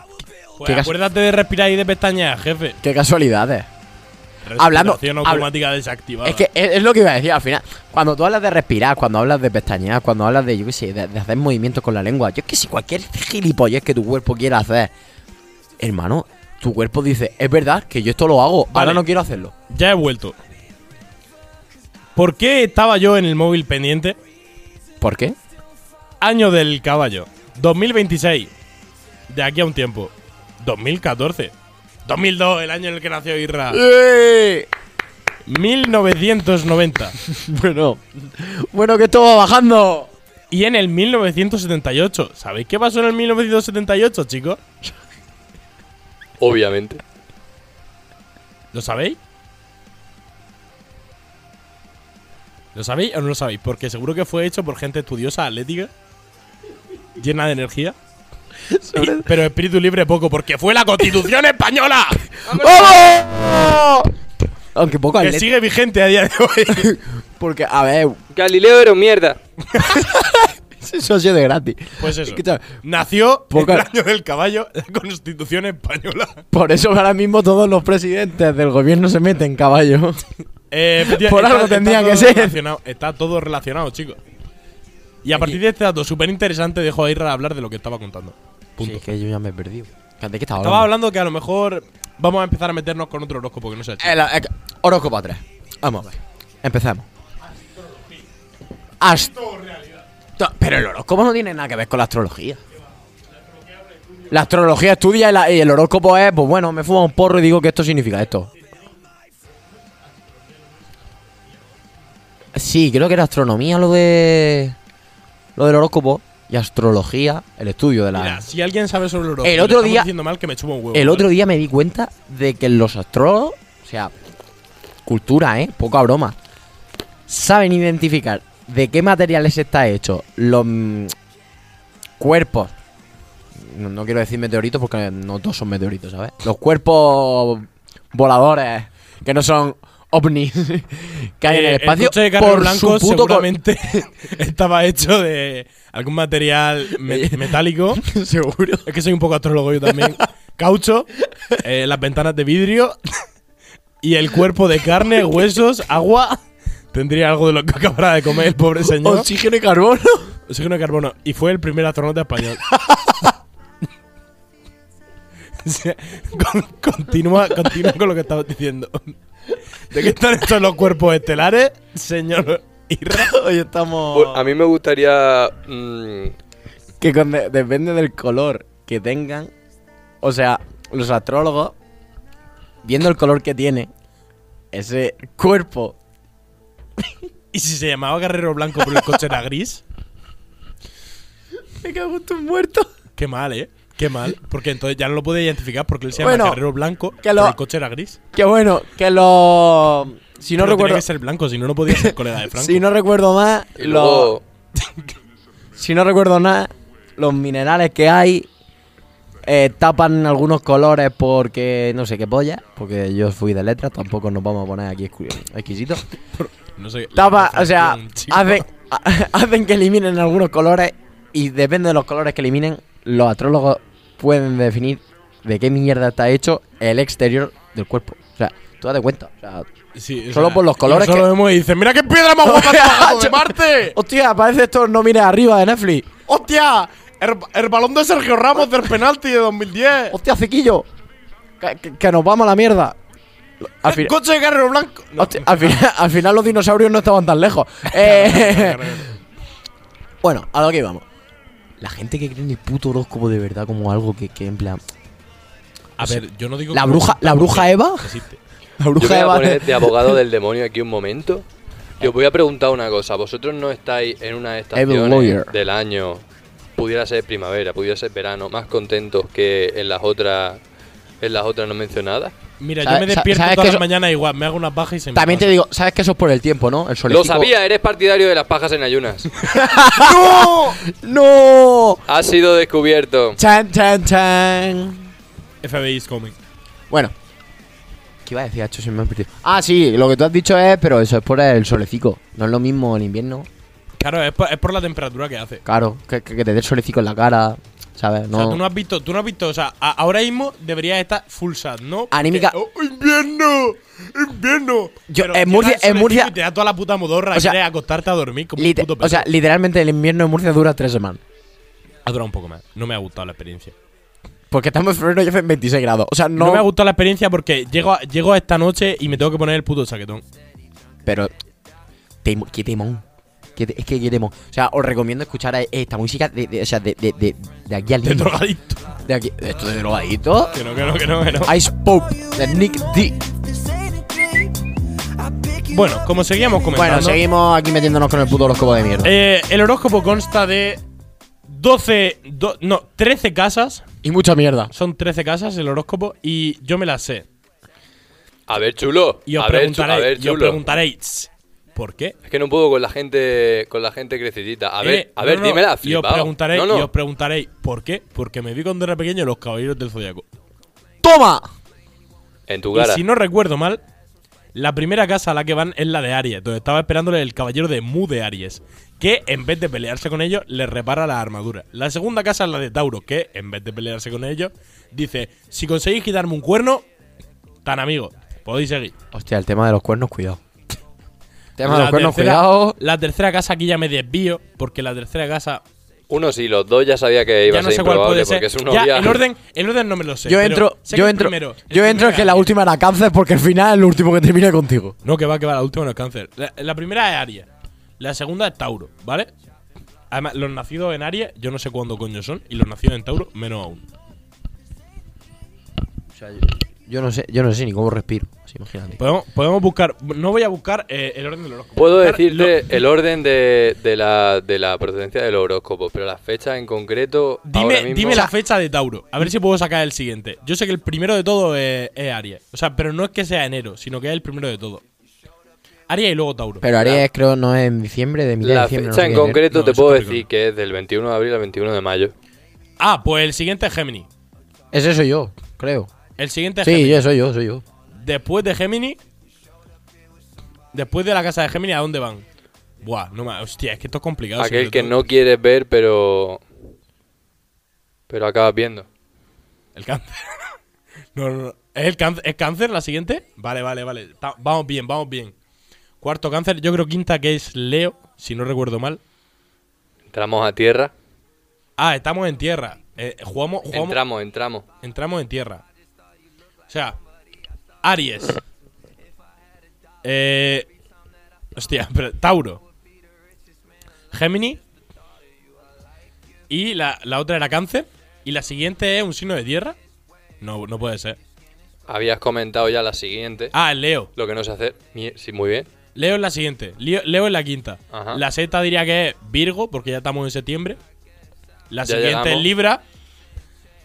Speaker 1: Pues
Speaker 3: cas-
Speaker 1: acuérdate de respirar y de pestañear, jefe.
Speaker 3: qué casualidades. Hablando-
Speaker 1: Respiración
Speaker 3: habla-
Speaker 1: automática desactivada.
Speaker 3: Es que es, es lo que iba a decir al final. Cuando tú hablas de respirar, cuando hablas de pestañear, cuando hablas de, yo qué sé, de, de hacer movimientos con la lengua, yo es que si cualquier gilipollez que tu cuerpo quiera hacer, hermano, tu cuerpo dice, es verdad que yo esto lo hago,
Speaker 1: Vale.
Speaker 3: ahora no quiero hacerlo.
Speaker 1: Ya he vuelto. ¿Por qué estaba yo en el móvil pendiente?
Speaker 3: ¿Por qué?
Speaker 1: Año del caballo. 2026. De aquí a un tiempo. 2014. 2002, el año en el que nació Irra. 1990.
Speaker 3: Bueno, bueno que esto va bajando.
Speaker 1: Y en el 1978. ¿Sabéis qué pasó en el 1978, chicos?
Speaker 4: Obviamente.
Speaker 1: ¿Lo sabéis? ¿Lo sabéis o no lo sabéis? Porque seguro que fue hecho por gente estudiosa, atlética, llena de energía. Y- pero espíritu libre poco, porque fue la Constitución Española
Speaker 3: ¡Vamos! Aunque poco
Speaker 1: que
Speaker 3: atlético.
Speaker 1: sigue vigente a día de hoy.
Speaker 3: Porque, a ver,
Speaker 4: Galileo era un mierda.
Speaker 3: ese socio de gratis.
Speaker 1: Pues eso.
Speaker 3: Escucha,
Speaker 1: Nació
Speaker 3: Poca-
Speaker 1: el año del caballo, la Constitución Española.
Speaker 3: por eso ahora mismo todos los presidentes del gobierno se meten caballo.
Speaker 1: Eh, efectivamente,
Speaker 3: Por algo tendría que
Speaker 1: todo
Speaker 3: ser.
Speaker 1: relacionado- Está todo relacionado, chicos. Y a partir de este dato súper interesante, dejo a Irra hablar de lo que estaba contando. Punto.
Speaker 3: que yo ya me he perdido. ¿De qué
Speaker 1: Estaba
Speaker 3: estaba hablando?
Speaker 1: hablando que a lo mejor vamos a empezar a meternos con otro horóscopo que no sea hecho.
Speaker 3: El- el- Eh, horóscopo a tres. Vamos a ver. Empezamos. Ast- To- Pero el horóscopo no tiene nada que ver con la astrología. La astrología estudia y, la- y el horóscopo es, pues bueno, me fumo un porro y digo que esto significa esto. Sí, creo que era astronomía lo de. Lo del horóscopo. Y astrología, el estudio de la.
Speaker 1: Mira, si alguien sabe sobre el horóscopo,
Speaker 3: El
Speaker 1: le
Speaker 3: otro
Speaker 1: estamos
Speaker 3: día-
Speaker 1: diciendo mal que me chupa un huevo.
Speaker 3: El
Speaker 1: ¿vale?
Speaker 3: otro día me di cuenta de que los astrólogos, o sea, cultura, ¿eh? Poca broma, saben identificar de qué materiales está hecho los mm, cuerpos. No, no quiero decir meteoritos porque no todos son meteoritos, ¿sabes? Los cuerpos voladores que no son ovnis que hay en
Speaker 1: Eh,
Speaker 3: el espacio
Speaker 1: coche de Carlos
Speaker 3: por
Speaker 1: Blanco
Speaker 3: su puto co-
Speaker 1: seguramente estaba hecho de algún material me- metálico.
Speaker 3: seguro
Speaker 1: Es que soy un poco astrólogo yo también. Caucho, eh, las ventanas de vidrio y el cuerpo de carne, huesos, agua. Tendría algo de lo que acabará de comer el pobre señor.
Speaker 3: oxígeno y carbono
Speaker 1: Oxígeno de carbono. Y fue el primer astronauta español. O sea, con- continúa, continúa con lo que estabas diciendo. ¿De qué están hechos los cuerpos estelares, señor Irra?
Speaker 3: hoy estamos
Speaker 4: Pues, a mí me gustaría. mm,
Speaker 3: Que con- de- depende del color que tengan. O sea, los astrólogos, viendo el color que tiene, ese cuerpo.
Speaker 1: ¿Y si se llamaba Guerrero Blanco pero el coche era gris?
Speaker 3: Me cago en tus muertos.
Speaker 1: Qué mal, ¿eh? Qué mal. Porque entonces ya no lo pude identificar porque él se llama
Speaker 3: Bueno,
Speaker 1: Guerrero Blanco,
Speaker 3: que
Speaker 1: pero
Speaker 3: lo-
Speaker 1: el coche era gris.
Speaker 3: Que bueno, que lo. Si no
Speaker 1: Pero tenía
Speaker 3: recuerdo.
Speaker 1: que ser blanco, si no, no podía ser colega de Franco.
Speaker 3: Si no recuerdo más,
Speaker 4: y
Speaker 3: lo-
Speaker 4: luego,
Speaker 3: si no recuerdo nada, los minerales que hay eh, tapan algunos colores porque no sé qué polla. Porque yo fui de letras, tampoco nos vamos a poner aquí exqui- exquisitos.
Speaker 1: No sé, la
Speaker 3: Tapa, o sea,
Speaker 1: definición, chico.
Speaker 3: hacen, hacen que eliminen algunos colores y depende de los colores que eliminen, los astrólogos pueden definir de qué mierda está hecho el exterior del cuerpo. O sea, tú date cuenta. O sea,
Speaker 1: Sí, o
Speaker 3: solo por los
Speaker 1: y
Speaker 3: colores
Speaker 1: Solo
Speaker 3: que-
Speaker 1: vemos y dicen, ¡mira qué piedra más guapa te ha bajado de Marte!
Speaker 3: hostia, parece esto no mires arriba de Netflix.
Speaker 1: ¡Hostia! El, el balón de Sergio Ramos del penalti de 2010.
Speaker 3: Hostia, cequillo. Que, que- que nos vamos a la mierda. Al,
Speaker 1: el
Speaker 3: fin-
Speaker 1: coche de Guerrero Blanco. No,
Speaker 3: hostia, al final- al final los dinosaurios no estaban tan lejos. Eh, Bueno, a lo que íbamos. La gente que cree en el puto horóscopo de verdad como algo que, que en plan...
Speaker 1: A ver, yo no digo
Speaker 3: La
Speaker 1: que-
Speaker 3: bruja, la bruja Eva.
Speaker 1: Existe.
Speaker 3: La
Speaker 4: yo
Speaker 3: bruja
Speaker 4: me voy a
Speaker 3: Eva.
Speaker 4: poner este de abogado del demonio aquí un momento. Y os voy a preguntar una cosa. ¿Vosotros no estáis en una estación
Speaker 3: lawyer.
Speaker 4: del año? Pudiera ser primavera, pudiera ser verano, más contentos que en las otras, en las otras no mencionadas.
Speaker 1: Mira, yo
Speaker 3: ¿Sabes-
Speaker 1: me despierto
Speaker 3: sabes
Speaker 1: todas
Speaker 3: que
Speaker 1: las
Speaker 3: eso-
Speaker 1: mañanas igual, me hago unas bajas y se me
Speaker 3: También te
Speaker 1: pasa.
Speaker 3: digo, sabes que eso es por el tiempo, ¿no? El
Speaker 4: Lo
Speaker 3: solsticio.
Speaker 4: sabía, eres partidario de las pajas en ayunas.
Speaker 3: ¡No! ¡No!
Speaker 4: ha sido descubierto.
Speaker 3: Chan, chan, chan.
Speaker 1: FBI is coming.
Speaker 3: Bueno. ¿Qué iba a decir, Hacho? Se me ha perdido. Ah, sí, lo que tú has dicho es, pero eso es por el solecico. No es lo mismo el invierno.
Speaker 1: Claro, es por, es por la temperatura que hace.
Speaker 3: Claro, que, que- que te dé el solecico en la cara,
Speaker 1: O
Speaker 3: ¿sabes?
Speaker 1: sea, tú no
Speaker 3: No.
Speaker 1: has visto, tú no has visto, o sea, a- ahora mismo deberías estar full sad, ¿no?
Speaker 3: Anímica-
Speaker 1: Porque, "Oh, invierno, invierno.
Speaker 3: Yo-
Speaker 1: Pero
Speaker 3: en
Speaker 1: llega
Speaker 3: Murcia-
Speaker 1: el solecito
Speaker 3: en Murcia-
Speaker 1: y te da toda la puta modorra,
Speaker 3: O sea,
Speaker 1: quieres acostarte a dormir como un
Speaker 3: Lite-
Speaker 1: puto perro.
Speaker 3: o sea, literalmente el invierno en Murcia dura tres semanas.
Speaker 1: ha durado un poco más. No me ha gustado la experiencia.
Speaker 3: Porque estamos en febrero y hacen 26 grados. O sea,
Speaker 1: No,
Speaker 3: no.
Speaker 1: me ha gustado la experiencia porque llego, a- llego a esta noche y me tengo que poner el puto chaquetón.
Speaker 3: Pero. Temo, qué temón. Qué te- es que qué temón. O sea, os recomiendo escuchar a esta música de, de- o sea, de, de, de, de aquí al
Speaker 1: De
Speaker 3: límite.
Speaker 1: drogadicto.
Speaker 3: De aquí. Esto de drogadito.
Speaker 1: Que no, que no, que no, que no.
Speaker 3: Ice Pope de Nick D.
Speaker 5: This ain't a dream. I pick you
Speaker 1: Bueno, como seguíamos comentando.
Speaker 3: Bueno, seguimos aquí metiéndonos con el puto horóscopo de mierda.
Speaker 1: eh, el horóscopo consta de 12. do- no, 13 casas.
Speaker 3: y mucha mierda.
Speaker 1: Son 13 casas el horóscopo y yo me las sé.
Speaker 4: A ver, chulo.
Speaker 1: Y os
Speaker 4: a, ver, chu- a
Speaker 1: preguntaréis,
Speaker 4: ver,
Speaker 1: y os
Speaker 4: chulo.
Speaker 1: preguntaréis, ¿por qué?
Speaker 4: Es que no puedo con la gente con la gente crecidita. A ver,
Speaker 1: Eh,
Speaker 4: a ver,
Speaker 1: no, no,
Speaker 4: dímela,
Speaker 1: Y os
Speaker 4: flipao.
Speaker 1: preguntaréis,
Speaker 4: No, no.
Speaker 1: y os preguntaréis, ¿por qué? Porque me vi cuando era pequeño los caballeros del zodiaco.
Speaker 3: ¡Toma!
Speaker 4: En tu
Speaker 1: Y
Speaker 4: cara.
Speaker 1: si no recuerdo mal, la primera casa a la que van es la de Aries, donde estaba esperándole el caballero de Mu de Aries, que en vez de pelearse con ellos, les repara la armadura. La segunda casa es la de Tauro, que en vez de pelearse con ellos, dice: Si conseguís quitarme un cuerno, tan amigo, podéis seguir.
Speaker 3: Hostia, el tema de los cuernos, cuidado. tema de
Speaker 1: La
Speaker 3: los cuernos,
Speaker 1: tercera-
Speaker 3: cuidado.
Speaker 1: La tercera casa aquí ya me desvío, porque la tercera casa
Speaker 4: Uno sí, los dos ya sabía que iba
Speaker 1: ya
Speaker 4: a
Speaker 1: no
Speaker 4: ser
Speaker 1: sé cuál
Speaker 4: improbable
Speaker 1: puede ser.
Speaker 4: porque es una
Speaker 1: Ya,
Speaker 4: obvia.
Speaker 1: el orden, el orden no me lo sé.
Speaker 3: yo
Speaker 1: pero
Speaker 3: entro,
Speaker 1: sé
Speaker 3: yo
Speaker 1: que el
Speaker 3: entro,
Speaker 1: primero- el
Speaker 3: yo entro en
Speaker 1: primero
Speaker 3: que la
Speaker 1: es-
Speaker 3: última era cáncer porque al final es el último que termina contigo.
Speaker 1: No, que va, que va, la última no es cáncer. La, la primera es Aries. La segunda es Tauro, ¿vale? Además, los nacidos en Aries, yo no sé cuándo coño son, y los nacidos en Tauro, menos aún.
Speaker 3: Yo no sé, yo no sé ni cómo respiro. así, imagínate.
Speaker 1: Podemos, podemos buscar, no voy a buscar eh, el orden del horóscopo.
Speaker 4: Puedo
Speaker 1: Voy a buscar
Speaker 4: decirte
Speaker 1: lo-
Speaker 4: el orden de, de la, de la procedencia del horóscopo, pero la fecha en concreto. ahora
Speaker 1: dime,
Speaker 4: mismo-
Speaker 1: dime
Speaker 4: O
Speaker 1: la
Speaker 4: sea,
Speaker 1: fecha de Tauro, a ver si puedo sacar el siguiente. Yo sé que el primero de todo es, es Aries. O sea, pero no es que sea enero, sino que es el primero de todo. Aries y luego Tauro.
Speaker 3: Pero Aries creo no es en diciembre, de mitad de
Speaker 4: La
Speaker 3: diciembre. no
Speaker 4: fecha
Speaker 3: sé
Speaker 4: en
Speaker 3: qué es.
Speaker 4: concreto
Speaker 1: No,
Speaker 4: te
Speaker 1: eso
Speaker 4: puedo
Speaker 1: es
Speaker 4: decir
Speaker 1: Capricornio.
Speaker 4: que es del 21 de abril al 21 de mayo.
Speaker 1: Ah, pues el siguiente es Gemini.
Speaker 3: Ese soy yo, creo.
Speaker 1: El siguiente es Géminis.
Speaker 3: Sí, yo soy yo, soy yo.
Speaker 1: Después de Gemini. Después de la casa de Gemini, ¿a dónde van? Buah, no más. Hostia, es que esto es complicado.
Speaker 4: Aquel
Speaker 1: sobre
Speaker 4: que
Speaker 1: todo.
Speaker 4: no quieres ver, pero. Pero acabas viendo.
Speaker 1: El cáncer. no, no, no. ¿Es, el cáncer, ¿Es cáncer la siguiente? Vale, vale, vale. Ta- vamos bien, vamos bien. Cuarto cáncer, yo creo quinta que es Leo, si no recuerdo mal.
Speaker 4: Entramos a tierra.
Speaker 1: Ah, estamos en tierra. Eh, jugamos, jugamos.
Speaker 4: Entramos, entramos.
Speaker 1: Entramos en tierra. O sea, Aries. Eh, hostia, pero, Tauro. Gemini. Y la, la otra era Cáncer. Y la siguiente es un signo de tierra. No, no puede ser.
Speaker 4: Habías comentado ya la siguiente.
Speaker 1: Ah, el Leo.
Speaker 4: Lo que no sé hacer. Mie- Sí, muy bien.
Speaker 1: Leo es la siguiente. Leo, Leo es la quinta.
Speaker 4: Ajá.
Speaker 1: La sexta diría que es Virgo, porque ya estamos en septiembre. La
Speaker 4: Ya
Speaker 1: siguiente es
Speaker 4: llegamos.
Speaker 1: Libra.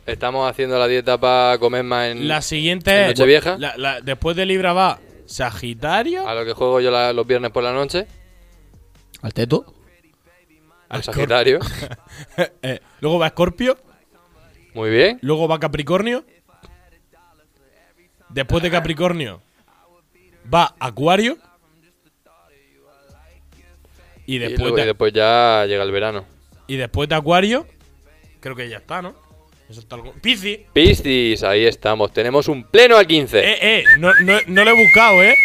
Speaker 4: Estamos haciendo la dieta para comer más en.
Speaker 1: La
Speaker 4: Mm. ¿En
Speaker 1: siguiente es.
Speaker 4: Nochevieja?
Speaker 1: la- la- después de Libra va Sagitario.
Speaker 4: A lo que juego yo la- los viernes por la noche.
Speaker 3: ¿Al teto?
Speaker 4: Al
Speaker 1: Al cor-
Speaker 4: Sagitario.
Speaker 1: Eh, luego va Escorpio,
Speaker 4: Muy bien.
Speaker 1: luego va Capricornio. Después de Capricornio va Acuario. Y
Speaker 4: Y,
Speaker 1: después,
Speaker 4: luego- y
Speaker 1: de,
Speaker 4: después ya llega el verano.
Speaker 1: y después de Acuario, creo que ya está, ¿no? Eso está algo- Piscis.
Speaker 4: Eh. Piscis, ahí estamos. Tenemos un pleno a 15.
Speaker 1: Eh, eh, no, no, no lo he buscado, ¿eh?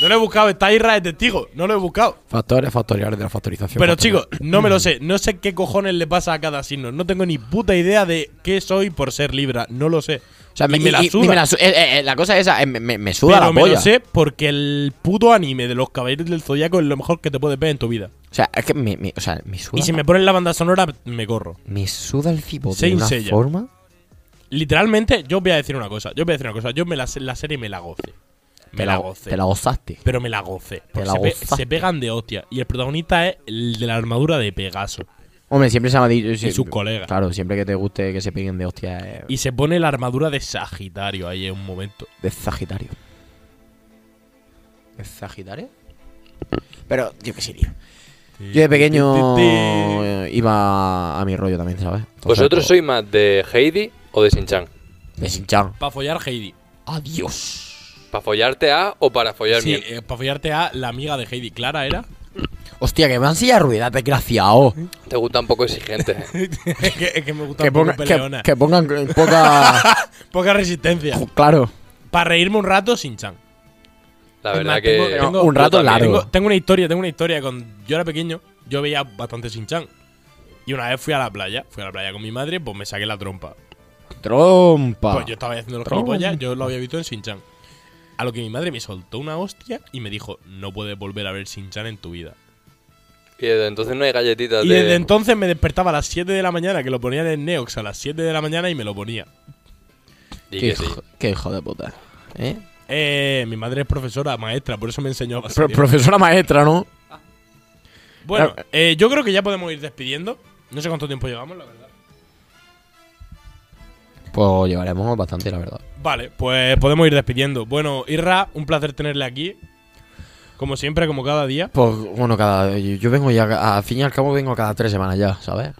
Speaker 1: No lo he buscado, está Irra de testigo, no lo he buscado.
Speaker 3: Factores factoriales de la factorización.
Speaker 1: Pero
Speaker 3: factorial.
Speaker 1: chicos, no
Speaker 3: Mm.
Speaker 1: me lo sé, no sé qué cojones le pasa a cada signo, no tengo ni puta idea de qué soy por ser Libra, no lo sé.
Speaker 3: O sea,
Speaker 1: Y
Speaker 3: me,
Speaker 1: me la
Speaker 3: y- y-
Speaker 1: suda.
Speaker 3: ni me la su- eh, eh, eh, la cosa es esa, eh, me, me- me suda
Speaker 1: Pero
Speaker 3: la
Speaker 1: me
Speaker 3: polla.
Speaker 1: lo sé porque el puto anime de los caballeros del zodiaco es lo mejor que te puedes ver en tu vida.
Speaker 3: O sea, es que me, me- o sea, me suda.
Speaker 1: Y si
Speaker 3: la-
Speaker 1: me ponen la banda sonora, me corro.
Speaker 3: me suda el cibo de
Speaker 1: Saint
Speaker 3: una
Speaker 1: Seiya.
Speaker 3: forma.
Speaker 1: Literalmente, yo os voy a decir una cosa. Yo os voy a decir una cosa. Yo me la, se- la serie me la goce. Me
Speaker 3: Te
Speaker 1: la,
Speaker 3: la,
Speaker 1: goce.
Speaker 3: te la gozaste.
Speaker 1: Pero me la goce. Porque
Speaker 3: la
Speaker 1: se, pe-
Speaker 3: gozaste.
Speaker 1: se pegan de hostia. Y el protagonista es el de la armadura de Pegaso.
Speaker 3: Hombre, siempre se me ha dicho. sí,
Speaker 1: sus colegas.
Speaker 3: Claro, siempre que te guste que se peguen de hostia eh,
Speaker 1: Y se pone la armadura de Sagitario ahí en un momento.
Speaker 3: de Sagitario. ¿Es Sagitario? Pero, yo qué sé, tío. Yo de pequeño
Speaker 1: Ti, ti, ti,
Speaker 3: eh, iba a mi rollo también, ¿sabes? Entonces,
Speaker 4: ¿Vosotros
Speaker 3: pues,
Speaker 4: sois más de Heidi o de Sinchan?
Speaker 3: De Sinchan.
Speaker 1: ti. Para follar Heidi.
Speaker 3: Adiós.
Speaker 4: ¿Para follarte a o para follar
Speaker 1: Sí,
Speaker 4: bien?
Speaker 1: para follarte a la amiga de Heidi. ¿Clara era?
Speaker 3: Hostia, que me han silla ruida, desgraciado.
Speaker 4: Te gusta un poco exigente. ¿eh?
Speaker 1: es, que, es que me gusta
Speaker 3: Que,
Speaker 1: un poco
Speaker 3: ponga- que-
Speaker 1: peleona.
Speaker 3: que pongan eh, poca.
Speaker 1: Poca resistencia.
Speaker 3: claro.
Speaker 1: Para reírme un rato sin chan.
Speaker 4: La
Speaker 1: Es
Speaker 4: verdad
Speaker 1: más,
Speaker 4: que.
Speaker 1: tengo- tengo-
Speaker 4: yo
Speaker 3: un rato
Speaker 4: también.
Speaker 3: largo.
Speaker 1: Tengo, tengo una historia, tengo una historia. Cuando yo era pequeño, yo veía bastante sin chan. Y una vez fui a la playa, fui a la playa con mi madre, pues me saqué la trompa.
Speaker 3: Trompa.
Speaker 1: Pues yo estaba haciendo los
Speaker 3: Tron.
Speaker 1: gilipollas, yo lo había visto en Sinchan. A lo que mi madre me soltó una hostia y me dijo, no puedes volver a ver Sinchan en tu vida.
Speaker 4: Y desde entonces no hay galletitas
Speaker 1: Y
Speaker 4: de.
Speaker 1: desde entonces me despertaba a las 7 de la mañana, que lo ponían en Neox a las 7 de la mañana y me lo ponía.
Speaker 4: Di
Speaker 3: Qué
Speaker 4: que sí.
Speaker 3: hijo, qué hijo de puta. ¿Eh?
Speaker 1: Eh, mi madre es profesora, maestra, por eso me enseñó a base
Speaker 3: Pro-
Speaker 1: de-
Speaker 3: profesora maestra, ¿no?
Speaker 1: Bueno,
Speaker 3: Claro.
Speaker 1: eh, yo creo que ya podemos ir despidiendo. No sé cuánto tiempo llevamos, la verdad.
Speaker 3: Pues llevaremos bastante, la verdad.
Speaker 1: Vale, pues podemos ir despidiendo. Bueno, Irra, un placer tenerle aquí. Como siempre, como cada día.
Speaker 3: Pues bueno, cada. Yo, yo vengo ya. ca- Al fin y al cabo vengo cada tres semanas ya, ¿sabes?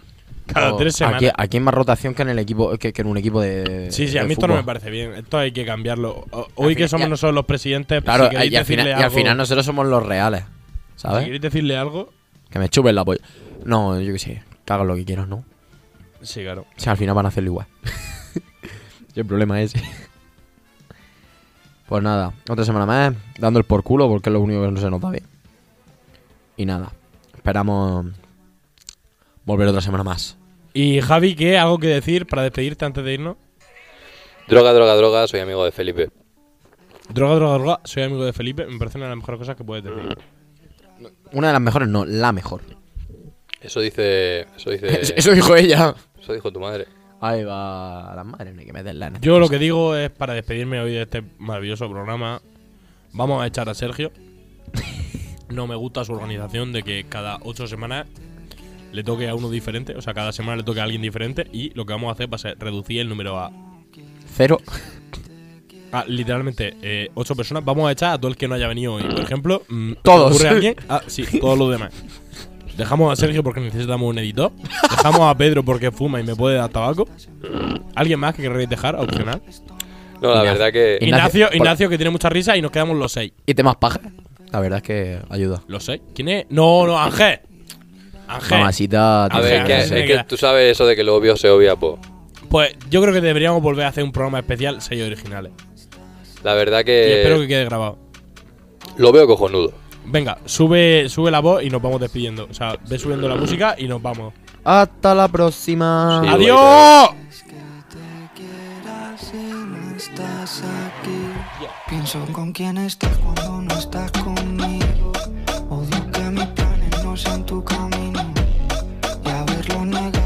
Speaker 1: Cada
Speaker 3: Pues
Speaker 1: tres semanas.
Speaker 3: Aquí, aquí hay más rotación que en el equipo que, que en un equipo de.
Speaker 1: Sí, sí, a
Speaker 3: de
Speaker 1: mí esto no me
Speaker 3: Eh, fútbol.
Speaker 1: parece bien. Esto hay que cambiarlo. O- Hoy que
Speaker 3: final-
Speaker 1: somos
Speaker 3: ya-
Speaker 1: nosotros los presidentes, pues, si
Speaker 3: Claro,
Speaker 1: queréis
Speaker 3: y, al final,
Speaker 1: decirle
Speaker 3: y al
Speaker 1: algo-
Speaker 3: final nosotros somos los reales,
Speaker 1: si
Speaker 3: ¿sabes?
Speaker 1: queréis decirle algo,
Speaker 3: Que me chupen la polla. No, yo qué sé, que hagan lo que quieran, ¿no?
Speaker 1: sí, claro.
Speaker 3: O sea, al final van a hacerlo igual. el problema es. pues nada, otra semana más, dando el por culo porque es lo único que no se nos da bien. Y nada, esperamos volver otra semana más.
Speaker 1: Y Javi, ¿qué? ¿Algo que decir para despedirte antes de irnos?
Speaker 4: Droga, droga, droga, soy amigo de Felipe.
Speaker 1: Droga, droga, droga. Soy amigo de Felipe. Me parece una de las mejores cosas que puedes decir.
Speaker 3: Una de las mejores, no, la mejor.
Speaker 4: Eso dice. Eso dice.
Speaker 3: Eso dijo ella.
Speaker 4: Eso dijo tu madre.
Speaker 3: Ahí va las madres, no hay que meterla en
Speaker 1: Yo lo que digo es, para despedirme hoy de este maravilloso programa, vamos a echar a Sergio. No me gusta su organización de que cada ocho semanas le toque a uno diferente, o sea, cada semana le toque a alguien diferente y lo que vamos a hacer va a ser reducir el número a,
Speaker 3: Cero.
Speaker 1: a, literalmente eh, ocho personas. Vamos a echar a todo el que no haya venido hoy. Por ejemplo, mm, ¿se
Speaker 3: Todos.
Speaker 1: ocurre alguien? Ah, sí, todos los demás. Dejamos a Sergio porque necesitamos un editor. Dejamos a Pedro porque fuma y me puede dar tabaco. ¿Alguien más que querréis dejar? Opcional.
Speaker 4: No, la
Speaker 3: Ignacio.
Speaker 4: verdad que.
Speaker 1: Ignacio,
Speaker 3: Ignacio, por-
Speaker 1: Ignacio que tiene mucha risa y nos quedamos los seis.
Speaker 3: Y temas paja. La verdad es que ayuda.
Speaker 1: ¿Los seis? ¿Quién es? No, no, Ángel. Ángel.
Speaker 3: Mamacita,
Speaker 4: A
Speaker 3: tío,
Speaker 4: ver,
Speaker 1: Ángel,
Speaker 3: no
Speaker 4: que,
Speaker 1: Ángel,
Speaker 3: sé.
Speaker 4: es
Speaker 1: venga.
Speaker 4: que tú sabes eso de que lo obvio se obvia, po.
Speaker 1: Pues yo creo que deberíamos volver a hacer un programa especial, seis originales.
Speaker 4: La verdad
Speaker 1: Y espero
Speaker 4: que.
Speaker 1: que quede grabado.
Speaker 4: Lo veo cojonudo.
Speaker 1: Venga, sube, sube la voz y nos vamos despidiendo. O sea, ve subiendo la música y nos vamos.
Speaker 3: Hasta la próxima.
Speaker 4: Sí.
Speaker 1: ¡Adiós!
Speaker 5: Es que te quieras si no estás aquí. Pienso con quién estás cuando no estás conmigo. Odio que mis planes no sean tu camino. Y haberlo negado.